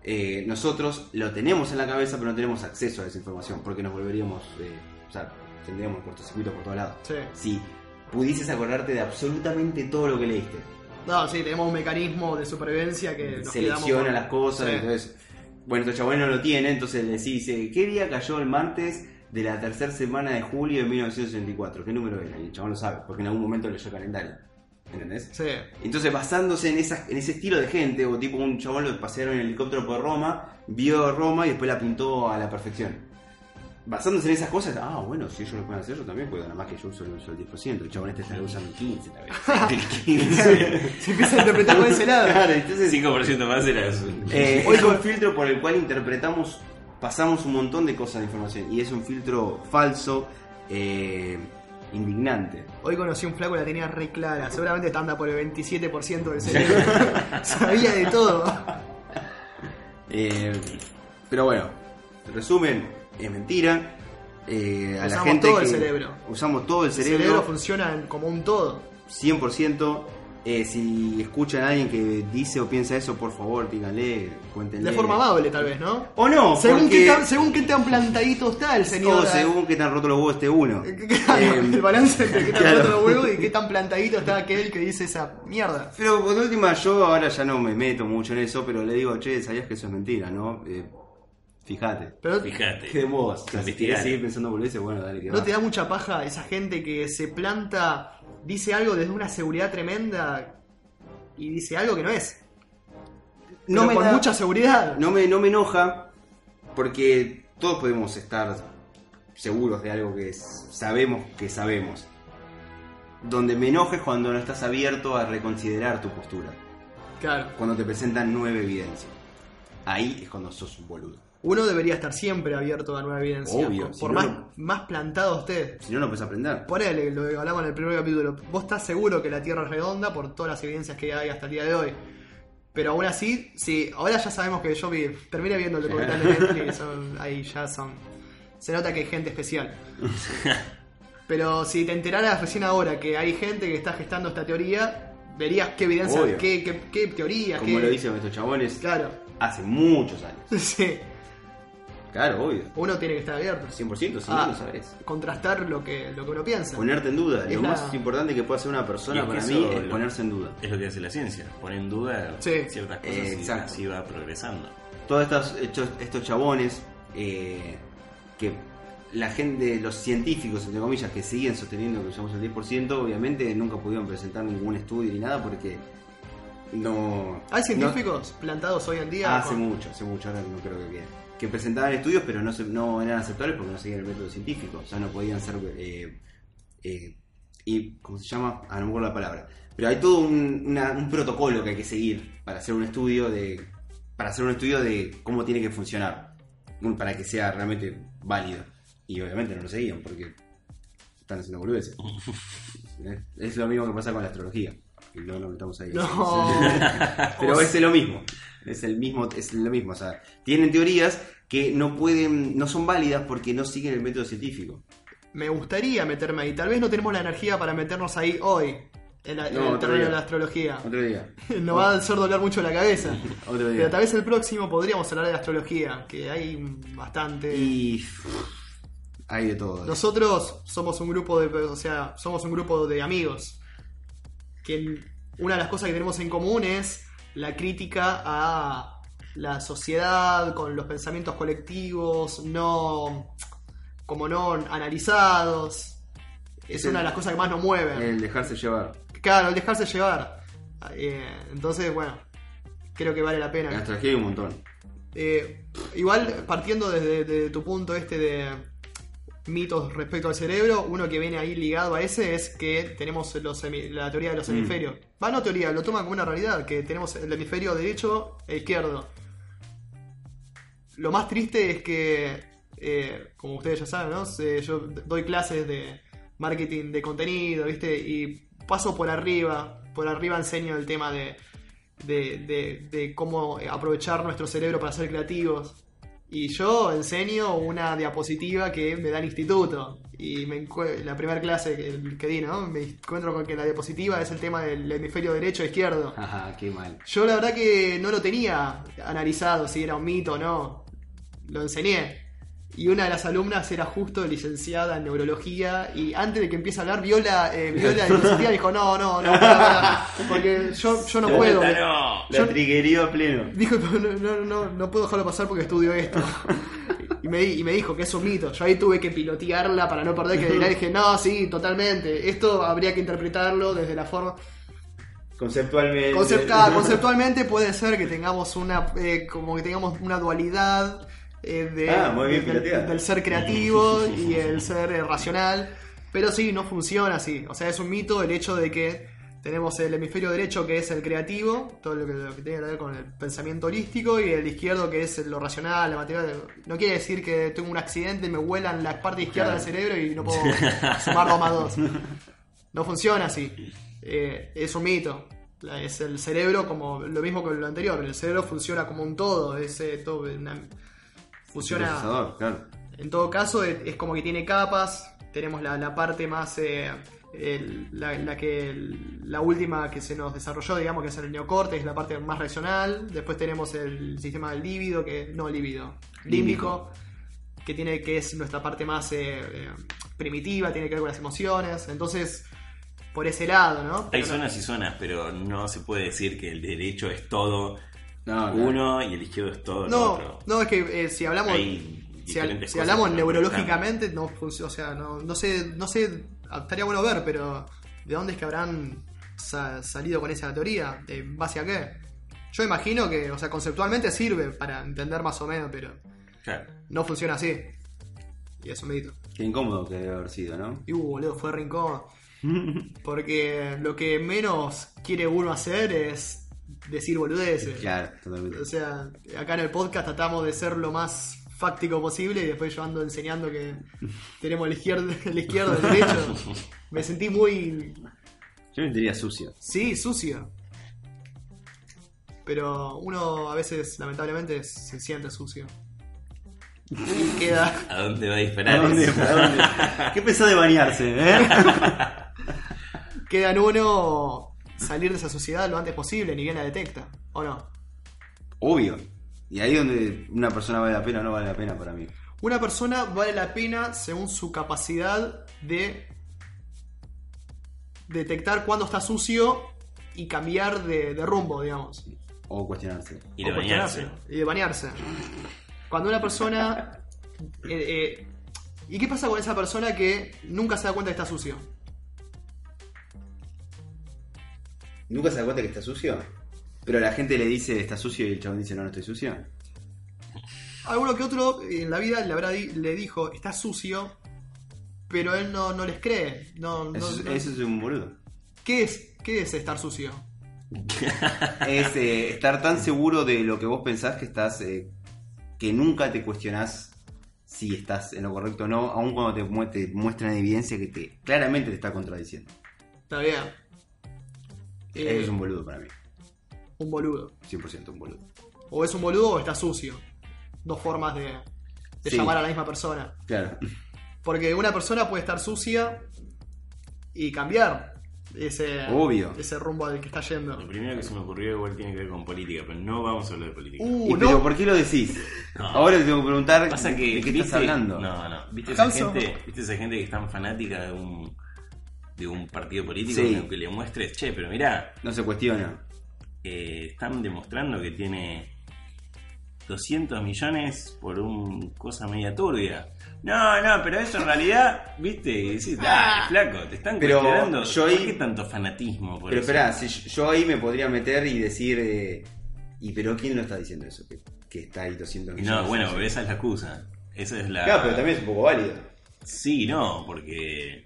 [SPEAKER 3] Eh, nosotros lo tenemos en la cabeza, pero no tenemos acceso a esa información porque nos volveríamos. eh, o sea, tendríamos cortocircuito por todos lados.
[SPEAKER 1] Sí.
[SPEAKER 3] Si pudieses acordarte de absolutamente todo lo que leíste,
[SPEAKER 1] No, sí, tenemos un mecanismo de supervivencia que nos quedamos
[SPEAKER 3] selecciona
[SPEAKER 1] con-
[SPEAKER 3] las cosas,
[SPEAKER 1] Sí.
[SPEAKER 3] entonces, bueno, estos chabones no lo tiene, entonces le decís, eh, ¿qué día cayó el martes de la tercera semana de julio de 1964? ¿Qué número era? Y el chabón lo sabe, porque en algún momento leyó el calendario, ¿entendés?
[SPEAKER 1] Sí.
[SPEAKER 3] Entonces, basándose en, esas- en ese estilo de gente, o tipo un chabón lo pasearon en helicóptero por Roma, vio Roma y después la pintó a la perfección. Basándose en esas cosas, ah, bueno, si ellos lo pueden hacer, yo también puedo, nada más que yo uso, uso el 10%, el chabón este está usando el 15, la vez. El 15.
[SPEAKER 1] Se empieza a interpretar por ese lado.
[SPEAKER 3] Claro, entonces
[SPEAKER 2] 5% más era su-
[SPEAKER 3] eh, es un filtro por el cual interpretamos, pasamos un montón de cosas de información y es un filtro falso, eh, indignante.
[SPEAKER 1] Hoy conocí un flaco que la tenía re clara. Seguramente está anda por el 27% del cerebro. Sabía de todo.
[SPEAKER 3] Eh, pero bueno, resumen, es mentira. Eh, a la
[SPEAKER 1] Usamos
[SPEAKER 3] gente
[SPEAKER 1] todo el
[SPEAKER 3] que-
[SPEAKER 1] cerebro.
[SPEAKER 3] Usamos todo el
[SPEAKER 1] El cerebro
[SPEAKER 3] cerebro,
[SPEAKER 1] funciona como un todo.
[SPEAKER 3] 100%. Eh, si escuchan a alguien que dice o piensa eso, por favor, díganle, cuéntenle.
[SPEAKER 1] De forma amable, tal vez, ¿no?
[SPEAKER 3] O no,
[SPEAKER 1] Según,
[SPEAKER 3] porque-
[SPEAKER 1] qué tan, según qué tan plantadito está el señor. ¿eh?
[SPEAKER 3] o según que tan roto los huevos este uno.
[SPEAKER 1] Claro,
[SPEAKER 3] Em,
[SPEAKER 1] el balance entre qué tan
[SPEAKER 3] claro.
[SPEAKER 1] roto los huevos y qué tan plantadito está aquel que dice esa mierda.
[SPEAKER 3] Pero por última, yo ahora ya no me meto mucho en eso, pero le digo, che, sabías que eso es mentira, ¿no? Eh, fíjate.
[SPEAKER 1] Pero
[SPEAKER 3] ¿Qué de
[SPEAKER 2] Fíjate.
[SPEAKER 3] vos? O sea, si querés
[SPEAKER 2] Investigalo.
[SPEAKER 3] seguir pensando boludeces, bueno, dale que
[SPEAKER 1] ¿no
[SPEAKER 3] va.
[SPEAKER 1] te da mucha paja esa gente que se planta, dice algo desde una seguridad tremenda y dice algo que no es?
[SPEAKER 3] No
[SPEAKER 1] Pero
[SPEAKER 3] me
[SPEAKER 1] con
[SPEAKER 3] da-
[SPEAKER 1] mucha seguridad.
[SPEAKER 3] no, me, no me enoja, porque todos podemos estar seguros de algo que s- sabemos que sabemos. Donde me enoja es cuando no estás abierto a reconsiderar tu postura.
[SPEAKER 1] Claro.
[SPEAKER 3] Cuando te presentan nueva evidencia. Ahí es cuando sos un boludo.
[SPEAKER 1] Uno debería estar siempre abierto a nueva evidencia.
[SPEAKER 3] Obvio,
[SPEAKER 1] por
[SPEAKER 3] si
[SPEAKER 1] por
[SPEAKER 3] no,
[SPEAKER 1] más,
[SPEAKER 3] no.
[SPEAKER 1] más plantado usted.
[SPEAKER 3] Si no, no puedes aprender.
[SPEAKER 1] Ponele lo que hablamos en el primer capítulo. Vos estás seguro que la Tierra es redonda por todas las evidencias que hay hasta el día de hoy. Pero aún así, sí, ahora ya sabemos que yo vi, terminé viendo el documental de Netflix, son- ahí ya son. Se nota que hay gente especial. Pero si te enteraras recién ahora que hay gente que está gestando esta teoría, verías qué evidencia,
[SPEAKER 3] Obvio.
[SPEAKER 1] qué, qué, qué teoría,
[SPEAKER 3] Como
[SPEAKER 1] qué-
[SPEAKER 3] lo dicen estos chabones
[SPEAKER 1] Claro,
[SPEAKER 3] hace muchos años.
[SPEAKER 1] sí.
[SPEAKER 3] Claro, obvio.
[SPEAKER 1] Uno tiene que estar abierto.
[SPEAKER 3] 100%, si no,
[SPEAKER 1] Ah.
[SPEAKER 3] no sabes.
[SPEAKER 1] contrastar lo que, lo que uno piensa.
[SPEAKER 3] Ponerte en duda.
[SPEAKER 1] Es
[SPEAKER 3] Lo
[SPEAKER 1] la-
[SPEAKER 3] más importante que puede hacer una persona
[SPEAKER 2] Y es que
[SPEAKER 3] para
[SPEAKER 2] eso
[SPEAKER 3] mí es
[SPEAKER 2] lo-
[SPEAKER 3] ponerse en duda.
[SPEAKER 2] Es lo que hace la ciencia. Pone en duda
[SPEAKER 1] Sí.
[SPEAKER 2] ciertas cosas
[SPEAKER 3] Eh,
[SPEAKER 2] y
[SPEAKER 3] exacto.
[SPEAKER 2] así va progresando.
[SPEAKER 3] todos estos, estos, estos chabones eh, que la gente, los científicos, entre comillas, que siguen sosteniendo que usamos el 10%, obviamente nunca pudieron presentar ningún estudio ni nada porque no...
[SPEAKER 1] ¿Hay
[SPEAKER 3] no-
[SPEAKER 1] científicos plantados hoy en día?
[SPEAKER 3] Ah, hace
[SPEAKER 1] con-
[SPEAKER 3] mucho, hace mucho, ahora no creo que quede. Que presentaban estudios pero no, se- no eran aceptables porque no seguían el método científico, o sea, no podían ser... eh, eh, y, ¿Cómo se llama? A no me acuerdo la palabra. Pero hay todo un, una- un protocolo que hay que seguir para hacer un estudio de para hacer un estudio de cómo tiene que funcionar, un- para que sea realmente válido. Y obviamente no lo seguían porque están haciendo boludeces. ¿Eh? es lo mismo que pasa con la astrología. que no lo metamos ahí.
[SPEAKER 1] No.
[SPEAKER 3] Pero es lo mismo. Es el mismo, es lo mismo. O sea, tienen teorías que no pueden, no son válidas porque no siguen el método científico.
[SPEAKER 1] Me gustaría meterme ahí. Tal vez no tenemos la energía para meternos ahí hoy. En, la- en
[SPEAKER 3] No,
[SPEAKER 1] el
[SPEAKER 3] otro
[SPEAKER 1] terreno
[SPEAKER 3] día.
[SPEAKER 1] de la astrología.
[SPEAKER 3] Otro día.
[SPEAKER 1] Nos va a hacer doler mucho la cabeza.
[SPEAKER 3] Otro día.
[SPEAKER 1] Pero tal vez el próximo podríamos hablar de astrología, que hay bastante.
[SPEAKER 3] Y uff, hay de todo.
[SPEAKER 1] Nosotros somos un grupo de. O sea, somos un grupo de amigos. Que una de las cosas que tenemos en común es la crítica a la sociedad, con los pensamientos colectivos, no. como no analizados. Es
[SPEAKER 3] El-
[SPEAKER 1] una de las cosas que más nos mueve.
[SPEAKER 3] El dejarse llevar.
[SPEAKER 1] Claro, el dejarse llevar. Eh, entonces, bueno, creo que vale la
[SPEAKER 3] En
[SPEAKER 1] pena.
[SPEAKER 3] astrología hay un montón.
[SPEAKER 1] Eh, igual, partiendo desde de tu punto este de mitos respecto al cerebro, uno que viene ahí ligado a ese es que tenemos los hemi- la teoría de los
[SPEAKER 3] Mm.
[SPEAKER 1] hemisferios. Va, no teoría, lo toman como una realidad, que tenemos el hemisferio derecho e izquierdo. Lo más triste es que, eh, como ustedes ya saben, ¿no? Se- yo doy clases de marketing de contenido, ¿viste? Y paso por arriba, por arriba enseño el tema de, de, de- de cómo aprovechar nuestro cerebro para ser creativos. Y yo enseño una diapositiva que me da el instituto. Y me encue- la primera clase que, que di, ¿no? Me encuentro con que la diapositiva es el tema del hemisferio derecho e izquierdo.
[SPEAKER 3] Ajá, qué mal.
[SPEAKER 1] Yo la verdad que no lo tenía analizado si era un mito o no. Lo enseñé. Y una de las alumnas era justo licenciada en neurología y antes de que empiece a hablar vio la, eh, vio la diapositiva y dijo, no, no, no, pará, pará, porque yo, yo no puedo.
[SPEAKER 2] ¡Suéltalo!
[SPEAKER 3] La
[SPEAKER 1] Yo-
[SPEAKER 3] triguería a pleno.
[SPEAKER 1] Dijo, no, no, no, no puedo dejarlo pasar porque estudio esto. Y me, di- y me dijo que es un mito. Yo ahí tuve que pilotearla para no perder que y dije, no, sí, totalmente. Esto habría que interpretarlo desde la forma...
[SPEAKER 3] Conceptualmente.
[SPEAKER 1] Concepta- conceptualmente puede ser que tengamos una eh, como que tengamos una dualidad eh, de-
[SPEAKER 3] Ah, muy bien
[SPEAKER 1] del,
[SPEAKER 3] pirateada.
[SPEAKER 1] del ser creativo y el ser eh, racional pero sí no funciona así o sea es un mito el hecho de que tenemos el hemisferio derecho que es el creativo todo lo que, lo que tiene que ver con el pensamiento holístico y el izquierdo que es lo racional la materia no quiere decir que tengo un accidente me vuelan la parte izquierda
[SPEAKER 3] Claro.
[SPEAKER 1] del cerebro y no puedo sumar dos más dos no funciona así. Eh, es un mito. La- Es el cerebro como lo mismo que lo anterior. El cerebro funciona como un todo. Es, eh, todo una- funciona.
[SPEAKER 3] Procesador, claro.
[SPEAKER 1] En todo caso, es, es como que tiene capas. Tenemos la, la parte más. eh, el- la, la que la última que se nos desarrolló, digamos, que es el neocorte, la parte más racional. Después tenemos el sistema del líbido, que no líbido, límbico, que tiene que es nuestra parte más eh, eh, primitiva, tiene que ver con las emociones. Entonces, por ese lado, ¿no?
[SPEAKER 2] Hay
[SPEAKER 1] Pero no-
[SPEAKER 2] zonas y zonas, pero no se puede decir que el derecho es todo
[SPEAKER 3] No, claro.
[SPEAKER 2] uno y el izquierdo es todo lo
[SPEAKER 1] No,
[SPEAKER 2] otro.
[SPEAKER 1] no, es que eh, si hablamos.
[SPEAKER 2] Hay
[SPEAKER 1] si, hab-
[SPEAKER 2] diferentes
[SPEAKER 1] si
[SPEAKER 2] cosas
[SPEAKER 1] hablamos
[SPEAKER 2] que no
[SPEAKER 1] neurológicamente, no funciona. O sea, no, no sé, no sé, estaría bueno ver, pero ¿de dónde es que habrán sa- salido con esa teoría? ¿En base a qué? Yo imagino que, o sea, conceptualmente sirve para entender más o menos, pero
[SPEAKER 2] están. Claro.
[SPEAKER 1] no funciona así. Y eso me dijo.
[SPEAKER 3] Qué incómodo que debe haber sido, ¿no?
[SPEAKER 1] Y uh, boludo, fue rincón. Porque lo que menos quiere uno hacer es decir boludeces.
[SPEAKER 3] Claro, totalmente.
[SPEAKER 1] O sea, acá en el podcast tratamos de ser lo más fáctico posible y después yo ando enseñando que tenemos el izquierdo, el izquierdo, el derecho. Me sentí muy,
[SPEAKER 3] Yo me diría sucio.
[SPEAKER 1] sí, sucio. Pero uno a veces, lamentablemente, se siente sucio. Y queda,
[SPEAKER 2] ¿A dónde va a disparar?
[SPEAKER 3] ¿A dónde?
[SPEAKER 2] eso?
[SPEAKER 3] ¿A dónde? ¿Qué pensás de bañarse, eh?
[SPEAKER 1] queda en uno salir de esa sociedad lo antes posible, ni bien la detecta, ¿o no?
[SPEAKER 3] Obvio. Y ahí es donde una persona vale la pena o no vale la pena para mí.
[SPEAKER 1] Una persona vale la pena según su capacidad de detectar cuándo está sucio y cambiar de, de rumbo, digamos.
[SPEAKER 3] O cuestionarse.
[SPEAKER 2] Ir a
[SPEAKER 1] O
[SPEAKER 2] bañarse.
[SPEAKER 1] cuestionarse, Y de bañarse. Cuando una persona... eh, eh, ¿Y qué pasa con esa persona que nunca se da cuenta que está sucio?
[SPEAKER 3] ¿Nunca se da cuenta que está sucio? Pero la gente le dice, está sucio, y el chabón dice, no, no estoy sucio.
[SPEAKER 1] Alguno que otro en la vida le, habrá di- le dijo, está sucio, pero él no, no les cree. No, no-
[SPEAKER 3] Eso,
[SPEAKER 1] no-
[SPEAKER 3] eso es un boludo.
[SPEAKER 1] ¿Qué, es, ¿Qué es estar sucio?
[SPEAKER 3] Es eh, estar tan seguro de lo que vos pensás que estás. eh, que nunca te cuestionás si estás en lo correcto o no, aun cuando te, mue- te muestran evidencia que te claramente te está contradiciendo.
[SPEAKER 1] Está bien. Eh,
[SPEAKER 3] es un boludo para mí.
[SPEAKER 1] un boludo.
[SPEAKER 3] 100% un boludo.
[SPEAKER 1] O es un boludo o está sucio. Dos formas de, de
[SPEAKER 3] Sí.
[SPEAKER 1] llamar a la misma persona.
[SPEAKER 3] Claro.
[SPEAKER 1] Porque una persona puede estar sucia y cambiar ese,
[SPEAKER 3] Obvio.
[SPEAKER 1] ese rumbo al que está yendo.
[SPEAKER 2] Lo primero que se me ocurrió igual tiene que ver con política, pero no vamos a hablar de política.
[SPEAKER 1] Uh, Oh,
[SPEAKER 3] Y,
[SPEAKER 1] no.
[SPEAKER 3] Pero ¿por qué lo decís?
[SPEAKER 2] No.
[SPEAKER 3] Ahora te tengo que preguntar
[SPEAKER 2] Pasa que,
[SPEAKER 3] de qué estás
[SPEAKER 2] ¿viste?
[SPEAKER 3] hablando.
[SPEAKER 2] No, no. ¿Viste esa,
[SPEAKER 4] Hanson.
[SPEAKER 2] gente, ¿Viste esa gente que es tan fanática de un, de un partido político?
[SPEAKER 3] Sí.
[SPEAKER 2] Que aunque le muestres, che, pero mirá,
[SPEAKER 3] No se cuestiona.
[SPEAKER 2] eh, están demostrando que tiene 200 millones por un cosa media turbia. No, no, pero eso en realidad, ¿viste? Y decís, dale, flaco, te están
[SPEAKER 3] Pero
[SPEAKER 2] cuestionando.
[SPEAKER 3] yo
[SPEAKER 2] ¿Por
[SPEAKER 3] ahí-
[SPEAKER 2] qué tanto fanatismo por
[SPEAKER 3] Pero
[SPEAKER 2] eso?
[SPEAKER 3] espera, si yo- yo ahí me podría meter y decir. eh, ¿Y pero quién lo está diciendo eso? Que, que está ahí 200 millones.
[SPEAKER 2] No, bueno, pero esa es la excusa. Esa es la...
[SPEAKER 3] Claro, pero también es un poco válido.
[SPEAKER 2] Sí, no, porque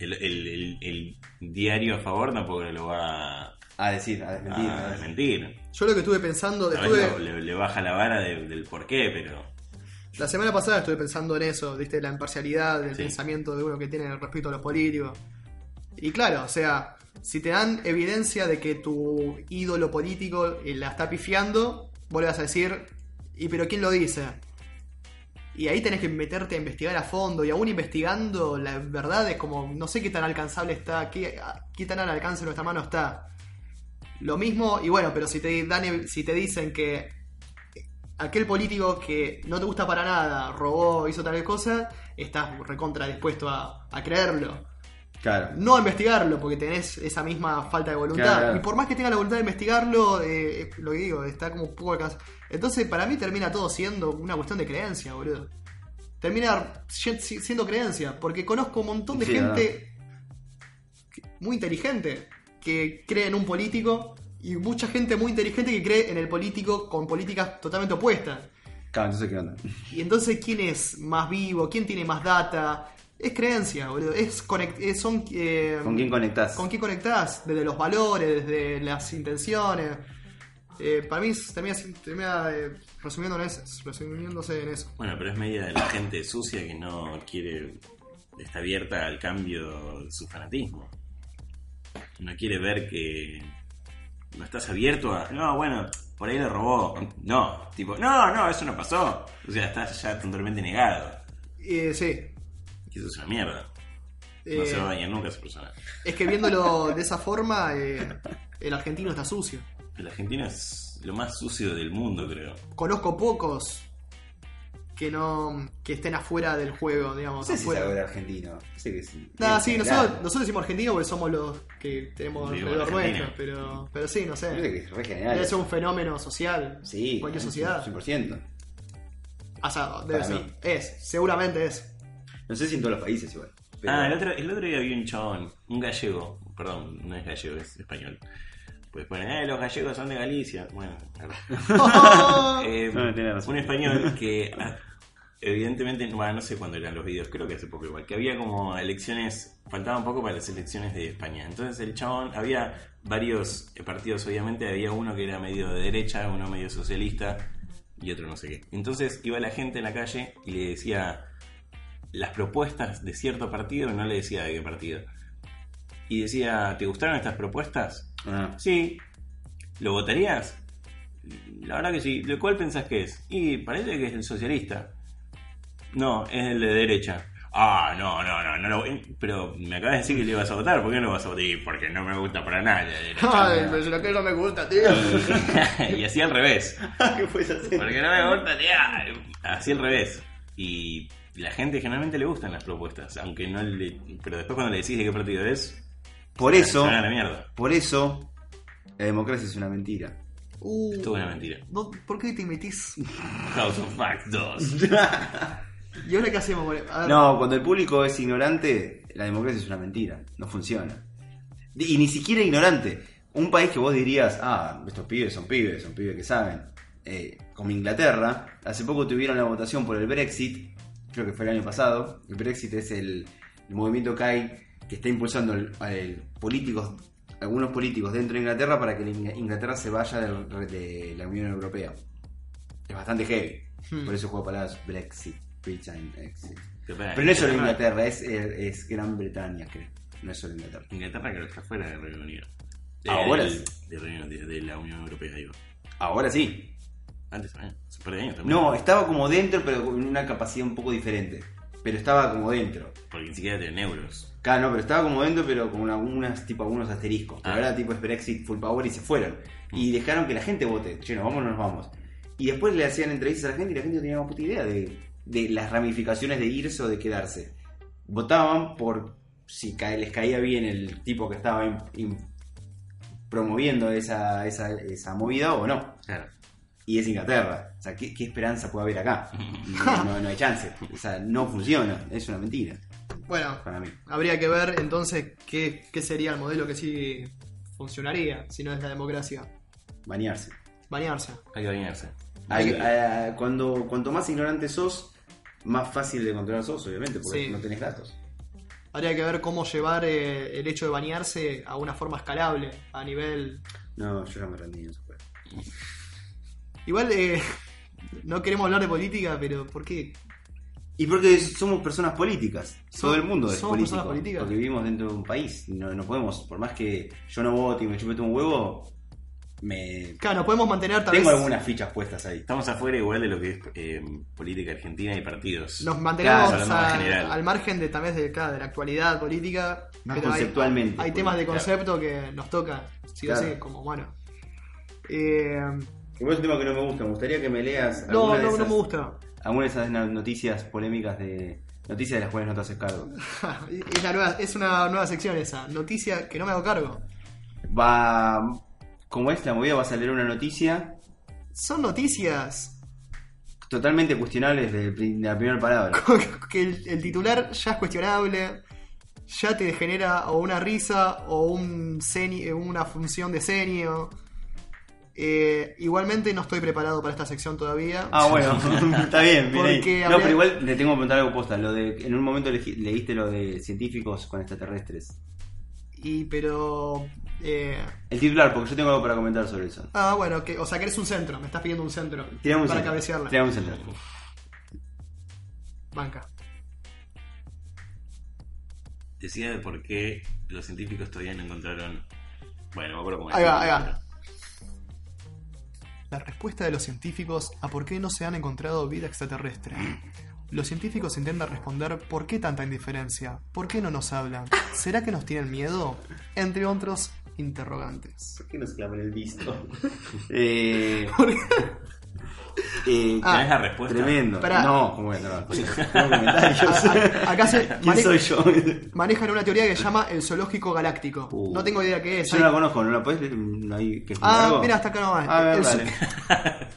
[SPEAKER 2] el, el- el- el diario a favor tampoco lo va a,
[SPEAKER 3] A decir, a desmentir.
[SPEAKER 2] Ah,
[SPEAKER 3] a decir.
[SPEAKER 2] mentir.
[SPEAKER 1] Yo lo que estuve pensando,
[SPEAKER 2] A
[SPEAKER 1] estuve-
[SPEAKER 2] veces le, le baja la vara de- del por qué, pero
[SPEAKER 1] la semana pasada estuve pensando en eso, viste, la imparcialidad, el
[SPEAKER 2] Sí.
[SPEAKER 1] pensamiento de uno que tiene respecto a los políticos. Y claro, o sea, si te dan evidencia de que tu ídolo político eh, la está pifiando, vos le vas a decir, ¿y pero quién lo dice? Y ahí tenés que meterte a investigar a fondo, y aún investigando, la verdad es como, no sé qué tan alcanzable está, qué, a- qué tan al alcance de nuestra mano está. Lo mismo, y bueno, pero si te, dan, ev- si te dicen que aquel político que no te gusta para nada, robó, hizo tal cosa, estás recontra dispuesto a, a creerlo.
[SPEAKER 3] Claro.
[SPEAKER 1] No a investigarlo, porque tenés esa misma falta de voluntad.
[SPEAKER 3] Claro.
[SPEAKER 1] Y por más que tenga la voluntad de investigarlo, eh, eh, lo que digo, está como un poco alcanzado. Entonces, para mí termina todo siendo una cuestión de creencia, boludo. Termina si- si- siendo creencia, porque conozco un montón de
[SPEAKER 3] Sí,
[SPEAKER 1] gente que- muy inteligente que cree en un político y mucha gente muy inteligente que cree en el político con políticas totalmente opuestas.
[SPEAKER 3] Claro, entonces, ¿qué onda?
[SPEAKER 1] Y entonces, ¿quién es más vivo? ¿Quién tiene más data? Es creencia, boludo. Es conect- eh, son, eh,
[SPEAKER 3] ¿Con quién conectás?
[SPEAKER 1] ¿Con quién conectás? Desde los valores, desde las intenciones. Eh, para mí es- termina, termina, eh, resumiendo en eso- resumiéndose en eso.
[SPEAKER 2] bueno, pero es media de la gente sucia que no quiere, está abierta al cambio de su fanatismo. No quiere ver que no estás abierto a, no, bueno, por ahí le robó. No, tipo, no, no, eso no pasó. O sea, estás ya totalmente negado.
[SPEAKER 1] Eh, sí.
[SPEAKER 2] Que eso es una mierda. No
[SPEAKER 1] Eh,
[SPEAKER 2] se va a bañar nunca esa persona.
[SPEAKER 1] es que viéndolo de esa forma, eh, el argentino está sucio.
[SPEAKER 2] El argentino es lo más sucio del mundo, creo.
[SPEAKER 1] Conozco pocos que no que estén afuera del juego,
[SPEAKER 3] No
[SPEAKER 1] digamos.
[SPEAKER 3] sé si es
[SPEAKER 1] afuera.
[SPEAKER 3] algo del argentino. No sé qué es.
[SPEAKER 1] Nah,
[SPEAKER 3] es
[SPEAKER 1] sí,
[SPEAKER 3] general.
[SPEAKER 1] nosotros, nosotros decimos argentinos porque somos los que tenemos
[SPEAKER 2] Digo,
[SPEAKER 1] alrededor
[SPEAKER 2] Argentina.
[SPEAKER 1] nuestro, pero, pero sí, no
[SPEAKER 3] Yo creo que
[SPEAKER 1] sé.
[SPEAKER 3] es re general.
[SPEAKER 1] Debe ser un fenómeno social.
[SPEAKER 3] Sí.
[SPEAKER 1] Cualquier sociedad. Ah,
[SPEAKER 3] 100%.
[SPEAKER 1] O sea, debe
[SPEAKER 3] Para
[SPEAKER 1] ser.
[SPEAKER 3] mí.
[SPEAKER 1] Es, seguramente es.
[SPEAKER 3] No sé si en todos los países igual. pero-
[SPEAKER 2] Ah, el otro, el otro día vi un chabón, un gallego, perdón, no es gallego, es español. Pues ponen, eh, los gallegos son de Galicia. Bueno, claro. Eh,
[SPEAKER 3] No, tenés razón.
[SPEAKER 2] un español que ah, evidentemente, bueno, no sé cuándo eran los vídeos, creo que hace poco igual, que había como elecciones, faltaba un poco para las elecciones de España. Entonces el chabón, había varios eh, partidos, obviamente, había uno que era medio de derecha, uno medio socialista y otro no sé qué. Entonces iba la gente en la calle y le decía las propuestas de cierto partido, no le decía de qué partido. Y decía, ¿te gustaron estas propuestas?
[SPEAKER 3] Ah,
[SPEAKER 2] Sí. ¿Lo votarías? La verdad que sí. ¿De cuál pensás que es? Y parece que es el socialista. No, es el de derecha. Ah, no, no, no, no lo voy- Pero me acabas de decir que le ibas a votar. ¿Por qué no lo vas a votar? Y porque no me gusta para nada. la derecha.
[SPEAKER 3] Eh,
[SPEAKER 1] Ay, pero si lo que no me gusta, tío.
[SPEAKER 2] Eh, y así al revés.
[SPEAKER 3] ¿Qué puedes hacer?
[SPEAKER 2] Porque no me gusta, tía. Así al revés. Y la gente generalmente le gustan las propuestas. Aunque no le. Pero después cuando le decís de qué partido es.
[SPEAKER 3] Por eso,
[SPEAKER 2] Se van a Ah, la mierda.
[SPEAKER 3] por eso, la democracia es una mentira.
[SPEAKER 1] Uh,
[SPEAKER 2] Esto es una mentira.
[SPEAKER 1] no, ¿Por qué te metís?
[SPEAKER 2] House of Facts 2.
[SPEAKER 1] ¿Y ahora qué hacemos, boludo? A ver,
[SPEAKER 3] No, cuando el público es ignorante, la democracia es una mentira. No funciona. Y ni siquiera ignorante. Un país que vos dirías, ah, estos pibes son pibes, son pibes que saben. Eh, como Inglaterra, hace poco tuvieron la votación por el Brexit, creo que fue el año pasado. El Brexit es el, el movimiento que hay que está impulsando el- al- políticos, algunos políticos dentro de Inglaterra para que la Inga- Inglaterra se vaya del- de la Unión Europea. Es bastante heavy.
[SPEAKER 1] Hmm.
[SPEAKER 3] Por eso juego palabras Brexit, Britain, Exit.
[SPEAKER 2] Pero
[SPEAKER 3] Pero no es eh, solo Inglaterra, es, es Gran Bretaña, creo. No es solo Inglaterra.
[SPEAKER 2] Inglaterra creo que está fuera del Reino Unido. De-
[SPEAKER 3] Ah, Ahora
[SPEAKER 2] del-
[SPEAKER 3] sí.
[SPEAKER 2] del Reino- de, de la Unión Europea, digo.
[SPEAKER 3] Ahora sí.
[SPEAKER 2] Antes también, hace un par de años también.
[SPEAKER 3] No, estaba como dentro, pero con una capacidad un poco diferente. Pero estaba como dentro.
[SPEAKER 2] Porque ni siquiera tenían euros.
[SPEAKER 3] Claro, no, pero estaba como dentro, pero con algunas, tipo algunos asteriscos. Pero
[SPEAKER 2] Ah.
[SPEAKER 3] ahora tipo es Brexit full power y se fueron. Y dejaron que la gente vote. Che, nos vamos, no nos vamos. Y después le hacían entrevistas a la gente y la gente no tenía más puta idea de, de las ramificaciones de irse o de quedarse. Votaban por si ca- les caía bien el tipo que estaba im- im- promoviendo esa, esa, esa movida o no.
[SPEAKER 2] Claro.
[SPEAKER 3] Y es Inglaterra. O sea, ¿qué, qué esperanza puede haber acá? No, no- no hay chance. O sea, no funciona. Es una mentira
[SPEAKER 1] Bueno,
[SPEAKER 3] para mí.
[SPEAKER 1] habría que ver entonces qué, qué sería el modelo que sí funcionaría, si no es la democracia.
[SPEAKER 3] Bañarse.
[SPEAKER 1] Bañarse.
[SPEAKER 2] Hay que bañarse.
[SPEAKER 3] Hay- eh, cuando, cuanto más ignorante sos, más fácil de controlar sos, obviamente, porque
[SPEAKER 1] Sí.
[SPEAKER 3] no tenés datos.
[SPEAKER 1] Habría que ver cómo llevar eh, el hecho de bañarse a una forma escalable, a nivel...
[SPEAKER 3] No, yo ya me rendí en pues. su juego.
[SPEAKER 1] Igual, eh, no queremos hablar de política, pero ¿por qué?
[SPEAKER 3] Y porque somos personas políticas. Todo
[SPEAKER 1] Som-
[SPEAKER 3] el mundo es
[SPEAKER 1] somos
[SPEAKER 3] político.
[SPEAKER 1] personas políticas.
[SPEAKER 3] Porque vivimos dentro de un país. No, no podemos, por más que yo no vote y me chupete un huevo, me...
[SPEAKER 1] Claro, nos podemos mantener tal
[SPEAKER 3] tengo
[SPEAKER 1] vez...
[SPEAKER 3] algunas fichas puestas ahí.
[SPEAKER 2] Estamos afuera igual de lo que es eh, política argentina y partidos.
[SPEAKER 1] Nos mantenemos
[SPEAKER 2] Claro, hablando
[SPEAKER 1] al-
[SPEAKER 2] en general.
[SPEAKER 1] al margen de, tal vez de, claro, de la actualidad política.
[SPEAKER 3] Más
[SPEAKER 1] pero hay-
[SPEAKER 3] conceptualmente,
[SPEAKER 1] Hay,
[SPEAKER 3] porque,
[SPEAKER 1] temas de
[SPEAKER 2] claro.
[SPEAKER 1] concepto que nos tocan, sí o
[SPEAKER 3] Claro.
[SPEAKER 1] sí, como bueno. Eh,
[SPEAKER 3] Igual es un tema que no me gusta. Me gustaría que me leas
[SPEAKER 1] no,
[SPEAKER 3] alguna de
[SPEAKER 1] no, no
[SPEAKER 3] esas-
[SPEAKER 1] me gusta.
[SPEAKER 3] alguna de esas na- noticias polémicas de... Noticias de las cuales no te haces cargo.
[SPEAKER 1] es, la nueva- es una nueva sección esa, noticia que no me hago cargo.
[SPEAKER 3] Va... Como es la movida, vas a leer una noticia
[SPEAKER 1] Son noticias
[SPEAKER 3] totalmente cuestionables desde el pri- la primera palabra.
[SPEAKER 1] que el, el titular ya es cuestionable, ya te genera o una risa o un ceni- una función de senio. Eh, igualmente no estoy preparado para esta sección todavía.
[SPEAKER 3] Ah, bueno, está bien, bien ahí.
[SPEAKER 1] Porque
[SPEAKER 3] No,
[SPEAKER 1] habría-
[SPEAKER 3] pero igual le tengo que preguntar algo posta. Lo de, en un momento leji- leíste lo de científicos con extraterrestres.
[SPEAKER 1] Y pero. eh,
[SPEAKER 3] El titular, porque yo tengo algo para comentar sobre eso.
[SPEAKER 1] ah, bueno, que, o sea, que eres un centro. Me estás pidiendo un centro.
[SPEAKER 3] Tirame un
[SPEAKER 1] para
[SPEAKER 3] centro,
[SPEAKER 1] cabecearla.
[SPEAKER 3] tirame un centro.
[SPEAKER 1] Banca.
[SPEAKER 2] Decía de por qué los científicos todavía no encontraron. Bueno, me acuerdo cómo
[SPEAKER 1] Ahí va,
[SPEAKER 2] decía.
[SPEAKER 1] ahí va. La respuesta de los científicos a por qué no se han encontrado vida extraterrestre. Los científicos intentan responder por qué tanta indiferencia, por qué no nos hablan, ¿será que nos tienen miedo? Entre otros interrogantes.
[SPEAKER 3] ¿Por qué nos clavan el visto? eh, eh,
[SPEAKER 1] Ah,
[SPEAKER 2] ¿Tenés la respuesta?
[SPEAKER 3] tremendo.
[SPEAKER 1] pará.
[SPEAKER 3] No, ¿cómo voy a trabar? Tengo comentarios.
[SPEAKER 1] A- a- acá se
[SPEAKER 3] ¿Quién
[SPEAKER 1] mane-
[SPEAKER 3] soy yo?
[SPEAKER 1] manejan una teoría que se llama el zoológico galáctico.
[SPEAKER 3] Uh.
[SPEAKER 1] No tengo idea qué es.
[SPEAKER 3] Yo no la conozco, ¿no la podés leer? ¿No hay que jugar
[SPEAKER 1] Ah,
[SPEAKER 3] algo?
[SPEAKER 1] mira, hasta acá nomás.
[SPEAKER 3] A ver,
[SPEAKER 1] El-
[SPEAKER 3] dale.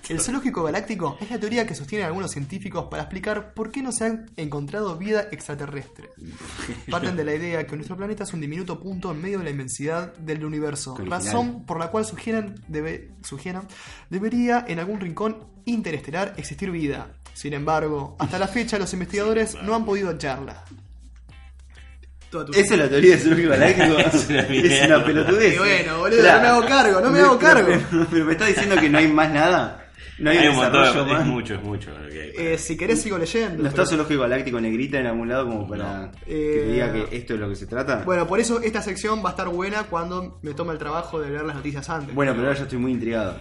[SPEAKER 1] El zoológico galáctico es la teoría que sostienen algunos científicos para explicar por qué no se han encontrado vida extraterrestre. Parten de la idea que nuestro planeta es un diminuto punto en medio de la inmensidad del universo,
[SPEAKER 3] Qué original.
[SPEAKER 1] razón por la cual sugieren, debe- sugieren debería en algún rincón interestelar existir vida. Sin embargo, hasta la fecha los investigadores no han podido hallarla.
[SPEAKER 3] Esa es la teoría del zoológico galáctico.
[SPEAKER 2] Es una
[SPEAKER 3] es una
[SPEAKER 2] mierda.
[SPEAKER 3] pelotudez.
[SPEAKER 1] Y bueno, boludo, no me hago cargo, no me hago cargo.
[SPEAKER 3] Pero, pero me está diciendo que no hay más nada. No hay,
[SPEAKER 2] Hay
[SPEAKER 3] un
[SPEAKER 2] un montón,
[SPEAKER 3] desarrollo
[SPEAKER 2] es
[SPEAKER 3] más.
[SPEAKER 2] mucho, es mucho. lo que hay.
[SPEAKER 1] Eh, si querés sigo leyendo.
[SPEAKER 3] ¿No está
[SPEAKER 1] pero-
[SPEAKER 3] zoológico galáctico negrita en algún lado como para
[SPEAKER 2] No.
[SPEAKER 3] que te
[SPEAKER 1] Eh,
[SPEAKER 3] diga que esto es lo que se trata? Bueno,
[SPEAKER 1] Bueno, por eso esta sección va a estar buena cuando me tome el trabajo de leer las noticias antes.
[SPEAKER 3] pero ahora yo estoy muy intrigado.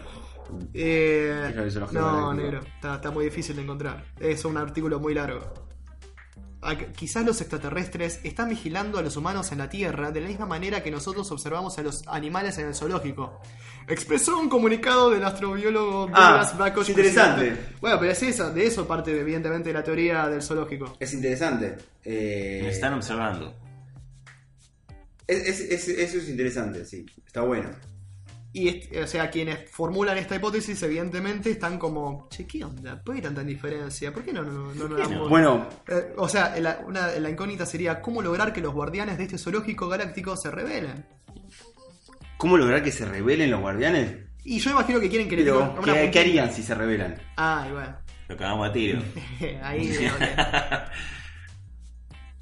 [SPEAKER 1] Eh,
[SPEAKER 3] Fíjate, se lo juro,
[SPEAKER 1] no,
[SPEAKER 3] eh,
[SPEAKER 1] negro, está, está muy difícil de encontrar. Es un artículo muy largo. Ah, que- Quizás los extraterrestres están vigilando a los humanos en la Tierra de la misma manera que nosotros observamos a los animales en el zoológico. Expresó un comunicado del astrobiólogo Douglas Bacoch,
[SPEAKER 3] es interesante.
[SPEAKER 1] presidente. Bueno, pero es esa, de eso parte evidentemente la teoría del zoológico.
[SPEAKER 3] Es interesante. Eh,
[SPEAKER 2] Nos están observando.
[SPEAKER 3] es- es- es- eso es interesante, sí. Está bueno.
[SPEAKER 1] Y, est- o sea, quienes formulan esta hipótesis, evidentemente, están como, che, ¿qué onda? ¿Por qué tanta indiferencia? ¿Por qué no, no, no, no
[SPEAKER 2] qué no?
[SPEAKER 1] damos-
[SPEAKER 3] Bueno,
[SPEAKER 1] Eh, o sea, la, una- la incógnita sería cómo lograr que los guardianes de este zoológico galáctico se rebelen.
[SPEAKER 3] ¿cómo lograr que se rebelen los guardianes?
[SPEAKER 1] Y yo imagino que quieren que le
[SPEAKER 3] Pero,
[SPEAKER 1] pongan una
[SPEAKER 3] ¿qué,
[SPEAKER 1] puntita.
[SPEAKER 3] qué harían si se rebelan?
[SPEAKER 1] Ah, y bueno.
[SPEAKER 2] Lo cagamos a tiro.
[SPEAKER 1] Ahí de dónde.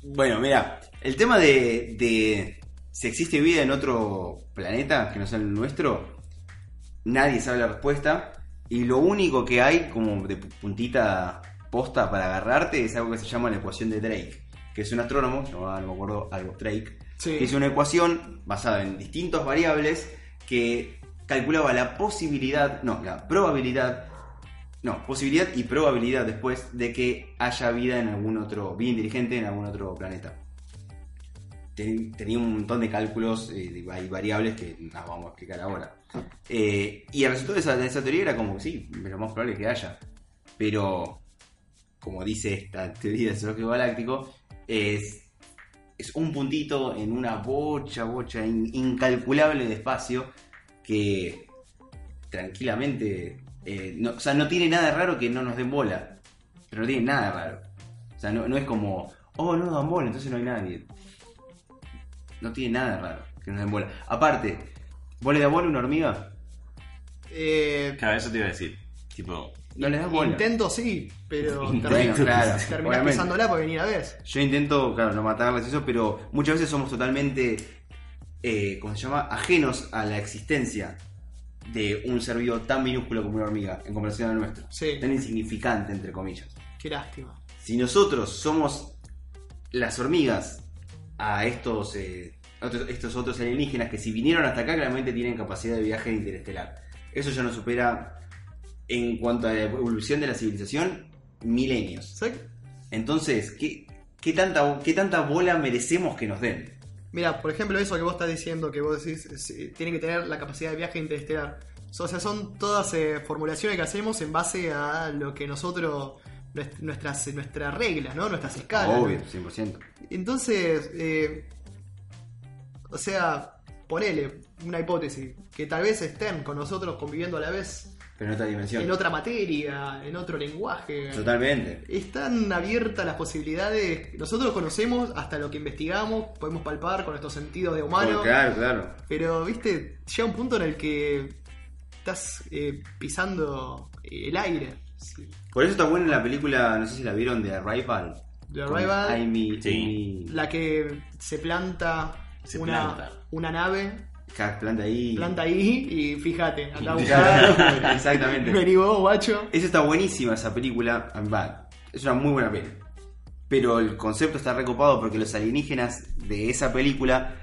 [SPEAKER 3] Bueno, mira, el tema de, de si existe vida en otro planeta que no sea el nuestro, nadie sabe la respuesta. Y lo único que hay como de pu- puntita posta para agarrarte es algo que se llama la ecuación de Drake, que es un astrónomo, llamado, no me acuerdo, algo Drake,
[SPEAKER 1] Sí.
[SPEAKER 3] que hizo una ecuación basada en distintas variables que calculaba la posibilidad, no, la probabilidad, no, posibilidad y probabilidad después de que haya vida en algún otro, vida inteligente en algún otro planeta. Ten- Tenía un montón de cálculos eh, de- y variables que las vamos a explicar ahora. Eh, y el resultado de esa, de esa teoría era como, sí, lo más probable es que haya. Pero, como dice esta teoría del zoológico galáctico, es es un puntito en una bocha, bocha in- incalculable de espacio que tranquilamente, eh, no- o sea, no tiene nada de raro que no nos den bola, pero no tiene nada de raro. O sea, no, no es como, oh, no nos dan bola, entonces no hay nadie. No tiene nada de raro que nos den bola. Aparte, ¿vos le das bola a una hormiga?
[SPEAKER 1] Eh,
[SPEAKER 2] Claro, eso te iba a decir. Tipo,
[SPEAKER 3] No le das bola.
[SPEAKER 1] intento sí, pero
[SPEAKER 2] Bueno,
[SPEAKER 1] terminás
[SPEAKER 3] claro,
[SPEAKER 1] terminás
[SPEAKER 3] obviamente.
[SPEAKER 1] pisándola porque ni la ves.
[SPEAKER 3] Yo intento, claro, no matarlas y eso, pero muchas veces somos totalmente, eh, ¿cómo se llama? Ajenos a la existencia de un ser vivo tan minúsculo como una hormiga en comparación al nuestro.
[SPEAKER 1] Sí,
[SPEAKER 3] Tan insignificante, entre comillas.
[SPEAKER 1] qué lástima.
[SPEAKER 3] Si nosotros somos las hormigas a estos, eh, otros- estos otros alienígenas que si vinieron hasta acá claramente tienen capacidad de viaje interestelar. Eso ya nos supera en cuanto a la evolución de la civilización milenios.
[SPEAKER 1] ¿Sabés?
[SPEAKER 3] Entonces, ¿qué, qué, tanta, ¿qué tanta bola merecemos que nos den?
[SPEAKER 1] Mira, por ejemplo, eso que vos estás diciendo, que vos decís, es, eh, tienen que tener la capacidad de viaje interestelar. O sea, son todas eh, formulaciones que hacemos en base a lo que nosotros, nuest- nuestras, eh, nuestras reglas, ¿no? Nuestras escalas. ¿no?
[SPEAKER 3] Obvio, 100%.
[SPEAKER 1] Entonces, eh, o sea, ponele una hipótesis, que tal vez estén con nosotros conviviendo a la vez
[SPEAKER 3] Pero en otra dimensión.
[SPEAKER 1] en otra materia, en otro lenguaje.
[SPEAKER 3] Totalmente.
[SPEAKER 1] Están abiertas las posibilidades. Nosotros conocemos hasta lo que investigamos, podemos palpar con nuestros sentidos de humano.
[SPEAKER 3] Oh, claro, claro.
[SPEAKER 1] Pero, viste, llega un punto en el que estás eh, pisando el aire. Sí.
[SPEAKER 3] Por eso está buena la película, no sé si la vieron, de Arrival.
[SPEAKER 1] The
[SPEAKER 3] Con
[SPEAKER 1] Arrival,
[SPEAKER 3] Amy,
[SPEAKER 2] Sí.
[SPEAKER 3] Amy-
[SPEAKER 1] la que se planta,
[SPEAKER 2] Se
[SPEAKER 1] una,
[SPEAKER 2] planta.
[SPEAKER 1] una nave,
[SPEAKER 3] Jack planta ahí.
[SPEAKER 1] planta ahí y fíjate, anda a
[SPEAKER 3] Claro,
[SPEAKER 1] buscar.
[SPEAKER 3] Exactamente.
[SPEAKER 1] Vení vos, guacho.
[SPEAKER 3] Esa está buenísima, esa película. Va, Es una muy buena peli. Pero el concepto está recopado porque los alienígenas de esa película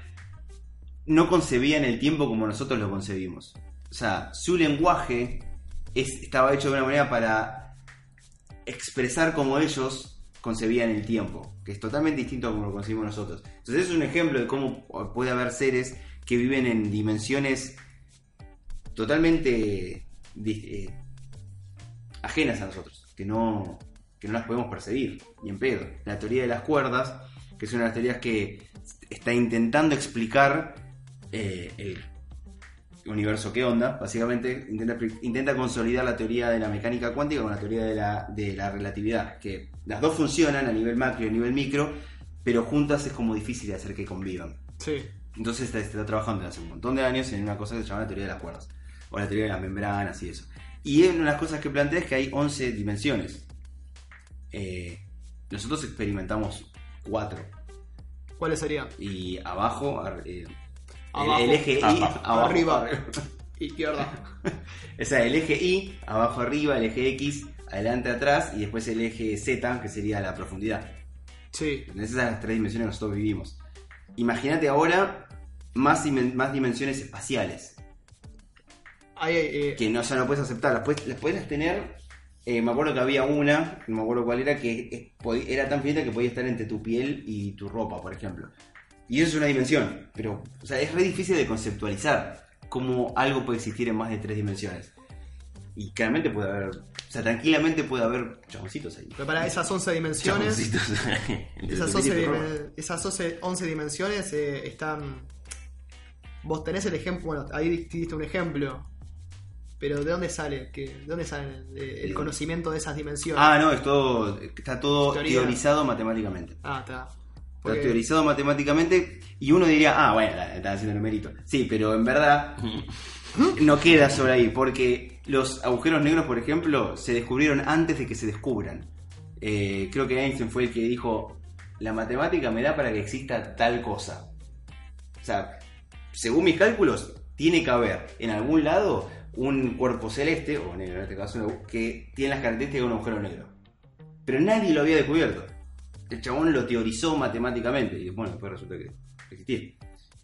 [SPEAKER 3] no concebían el tiempo como nosotros lo concebimos. O sea, su lenguaje es- estaba hecho de una manera para expresar como ellos concebían el tiempo, que es totalmente distinto a como lo concebimos nosotros. Entonces es un ejemplo de cómo puede haber seres que viven en dimensiones totalmente dis- eh, ajenas a nosotros, que no, que no las podemos percibir, ni en pedo. La teoría de las cuerdas, que es una de las teorías que está intentando explicar eh, el universo que onda, básicamente intenta, expli- intenta consolidar la teoría de la mecánica cuántica con la teoría de la, de la relatividad, que las dos funcionan a nivel macro y a nivel micro, pero juntas es como difícil de hacer que convivan.
[SPEAKER 1] Sí.
[SPEAKER 3] Entonces está, está trabajando hace un montón de años en una cosa que se llama la teoría de las cuerdas, o la teoría de las membranas y eso. Y una de las cosas que plantea es que hay 11 dimensiones. Eh, nosotros experimentamos 4.
[SPEAKER 1] ¿Cuáles serían?
[SPEAKER 3] Y abajo, ar- eh, el-
[SPEAKER 1] Abajo. ah,
[SPEAKER 3] el, eje I,
[SPEAKER 2] Abajo.
[SPEAKER 3] abajo,
[SPEAKER 1] Arriba.
[SPEAKER 3] arriba.
[SPEAKER 1] Izquierda.
[SPEAKER 3] O sea, el eje Y, abajo arriba, el eje X, adelante atrás, y después el eje Z, que sería la profundidad.
[SPEAKER 1] Sí.
[SPEAKER 3] En esas las tres dimensiones que nosotros vivimos. Imagínate ahora más, dimen- más dimensiones espaciales.
[SPEAKER 1] Ahí, eh,
[SPEAKER 3] que no, ya no puedes aceptar. Las puedes, las podías tener. eh, me acuerdo que había una, no me acuerdo cuál era, que es- pod- era tan finita que podía estar entre tu piel y tu ropa, por ejemplo. Y eso es una dimensión, pero o sea, es re difícil de conceptualizar cómo algo puede existir en más de tres dimensiones. Y claramente puede haber, o sea, tranquilamente puede haber chaboncitos ahí.
[SPEAKER 1] pero para esas 11 dimensiones.
[SPEAKER 2] chaboncitos. Entre
[SPEAKER 1] Esas
[SPEAKER 2] tu
[SPEAKER 1] 11,
[SPEAKER 2] piel y tu ropa.
[SPEAKER 1] dimen- esas 11 11 dimensiones eh, están. Vos tenés el ejemplo, bueno, ahí dist- diste un ejemplo. Pero ¿de dónde sale? que ¿De dónde sale eh, el
[SPEAKER 3] Eh,
[SPEAKER 1] conocimiento de esas dimensiones?
[SPEAKER 3] Ah, no, es todo, está todo
[SPEAKER 1] Teoría.
[SPEAKER 3] teorizado matemáticamente.
[SPEAKER 1] Ah, está.
[SPEAKER 3] Está
[SPEAKER 1] Porque-
[SPEAKER 3] teorizado matemáticamente y uno diría, ah, bueno, están haciendo el mérito. Sí, pero en verdad no queda sobre ahí, porque los agujeros negros, por ejemplo, se descubrieron antes de que se descubran. Eh, creo que Einstein fue el que dijo, la matemática me da para que exista tal cosa. O sea, según mis cálculos, tiene que haber en algún lado un cuerpo celeste, o negro en este caso, un agu- que tiene las características de un agujero negro. Pero nadie lo había descubierto. El chabón lo teorizó matemáticamente y bueno, después resulta que existía.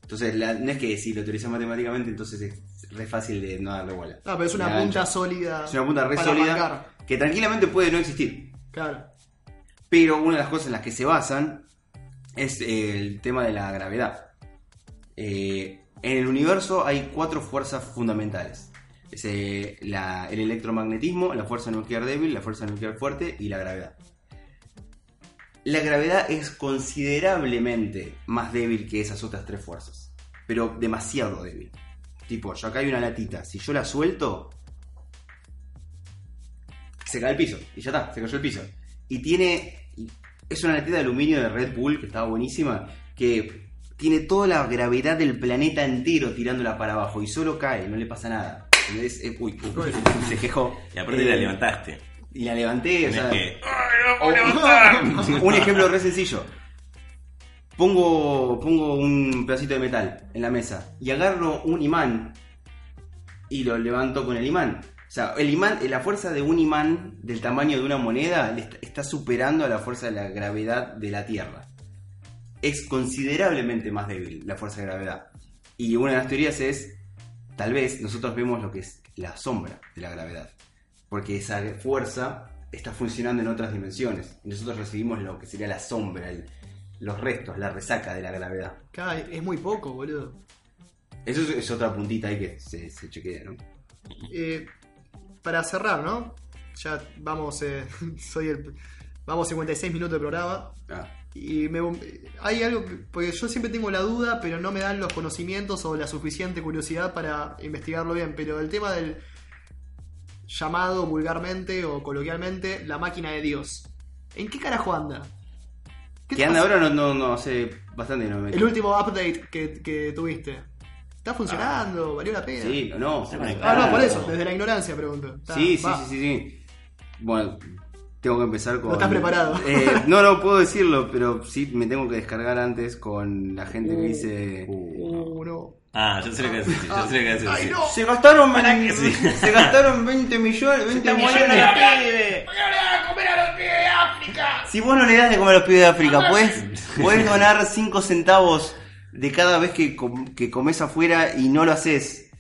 [SPEAKER 3] Entonces, la- no es que si lo teorizas matemáticamente, entonces es re fácil de no darle bola.
[SPEAKER 1] No, Ah, pero es una
[SPEAKER 3] La
[SPEAKER 1] punta
[SPEAKER 3] gancha.
[SPEAKER 1] sólida.
[SPEAKER 3] Es una punta re
[SPEAKER 1] para
[SPEAKER 3] sólida
[SPEAKER 1] arrancar.
[SPEAKER 3] que tranquilamente puede no existir.
[SPEAKER 1] Claro.
[SPEAKER 3] Pero una de las cosas en las que se basan es eh, el tema de la gravedad. Eh, en el universo hay cuatro fuerzas fundamentales. Es, eh, la- el electromagnetismo, la fuerza nuclear débil, la fuerza nuclear fuerte y la gravedad. La gravedad es considerablemente más débil que esas otras tres fuerzas. Pero demasiado débil. Tipo, yo acá hay una latita. Si yo la suelto, se cae el piso. Y ya está, se cayó el piso. Y tiene. y Es una latita de aluminio de Red Bull que estaba buenísima. Que tiene toda la gravedad del planeta entero tirándola para abajo. Y solo cae, no le pasa nada. Es- es- uy, uy, se quejó.
[SPEAKER 2] Y aparte
[SPEAKER 3] Eh,
[SPEAKER 2] la levantaste.
[SPEAKER 3] Y la levanté, o
[SPEAKER 2] Tenés
[SPEAKER 3] sea.
[SPEAKER 2] que.
[SPEAKER 3] O- Oh, un ejemplo re sencillo. Pongo, pongo un pedacito de metal en la mesa y agarro un imán y lo levanto con el imán. O sea, el imán, la fuerza de un imán del tamaño de una moneda le est- está superando a la fuerza de la gravedad de la Tierra. Es considerablemente más débil la fuerza de gravedad. Y una de las teorías es, tal vez nosotros vemos lo que es la sombra de la gravedad porque esa fuerza está funcionando en otras dimensiones. Y Nosotros recibimos lo que sería la sombra, el- los restos, la resaca de la gravedad.
[SPEAKER 1] Cada- es muy poco, boludo.
[SPEAKER 3] Eso es, es otra puntita ahí que se, se chequea, ¿no?
[SPEAKER 1] Eh, para cerrar, ¿no? Ya vamos, eh, soy el, vamos 56 minutos de programa.
[SPEAKER 3] Ah,
[SPEAKER 1] Y me, hay algo que. Porque yo siempre tengo la duda, pero no me dan los conocimientos o la suficiente curiosidad para investigarlo bien. Pero el tema del llamado vulgarmente o coloquialmente la máquina de Dios. ¿En qué carajo anda? ¿Qué
[SPEAKER 3] que
[SPEAKER 1] te
[SPEAKER 3] anda
[SPEAKER 1] pasa?
[SPEAKER 3] ahora no, no, no hace bastante que no me meto.
[SPEAKER 1] El último update que, que tuviste. ¿Está funcionando? ¿Valió la pena?
[SPEAKER 3] Ah, Sí, no, no.
[SPEAKER 2] Se
[SPEAKER 3] no.
[SPEAKER 2] conectó.
[SPEAKER 1] Ah, no, por eso,
[SPEAKER 2] Claro.
[SPEAKER 1] desde la ignorancia pregunto. Está,
[SPEAKER 3] Sí, sí,
[SPEAKER 1] va.
[SPEAKER 3] sí, sí, sí. Bueno, tengo que empezar con.
[SPEAKER 1] No estás preparado.
[SPEAKER 3] Eh, no, no puedo decirlo, pero sí me tengo que descargar antes con la gente
[SPEAKER 1] Eh,
[SPEAKER 3] que dice.
[SPEAKER 1] Uh, no.
[SPEAKER 2] Ah, yo sé lo que vas a decir. Yo sé lo que vas a
[SPEAKER 1] ¡Ay,
[SPEAKER 2] decir.
[SPEAKER 1] no!
[SPEAKER 3] Se gastaron,
[SPEAKER 2] sí.
[SPEAKER 3] se gastaron 20 millones, 20 millones. Si vos no le das de comer a los pibes de África, puedes donar 5 centavos de cada vez que, com- que comes afuera y no lo haces.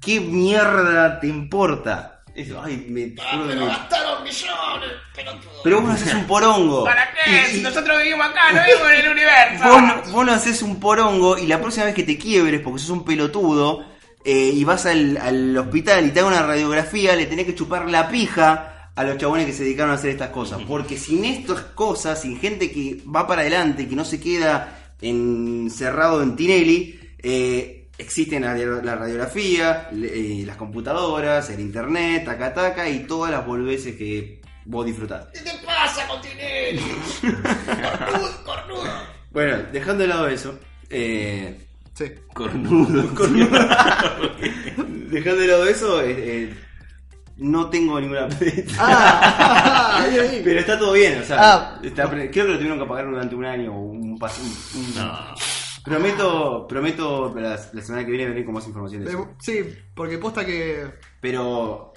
[SPEAKER 3] ¿Qué mierda te importa? Eso, ay, me juro que me-
[SPEAKER 4] Ah, gastaron millones, pelotudo.
[SPEAKER 3] Pero vos no haces un porongo.
[SPEAKER 4] ¿Para qué?
[SPEAKER 3] Y-
[SPEAKER 4] Si
[SPEAKER 3] y-
[SPEAKER 4] nosotros vivimos acá, no vivimos en el universo.
[SPEAKER 3] Vos no, vos no haces un porongo y la próxima vez que te quiebres porque sos un pelotudo eh, y vas al, al hospital y te hagan una radiografía, le tenés que chupar la pija a los chabones que se dedicaron a hacer estas cosas. Porque sin estas cosas, sin gente que va para adelante, que no se queda encerrado en Tinelli, eh, existen la, la radiografía, le- eh, las computadoras, el internet, taca taca y todas las volveces que vos disfrutás.
[SPEAKER 4] ¿Qué te pasa con Tinelli? cornudo, cornudo.
[SPEAKER 3] Bueno, dejando de lado eso, eh,
[SPEAKER 1] Sí.
[SPEAKER 2] Cornudo.
[SPEAKER 3] Dejando de lado eso, eh, eh, no tengo ninguna
[SPEAKER 1] Ah, ahí, ahí.
[SPEAKER 3] Pero está todo bien, o sea,
[SPEAKER 1] Ah.
[SPEAKER 3] está pre- creo que lo tuvieron que pagar durante un año o un, pas- un- un-
[SPEAKER 2] No.
[SPEAKER 3] Prometo, prometo la, la semana que viene venir con más información de eso.
[SPEAKER 1] Pero, sí, porque posta que.
[SPEAKER 3] Pero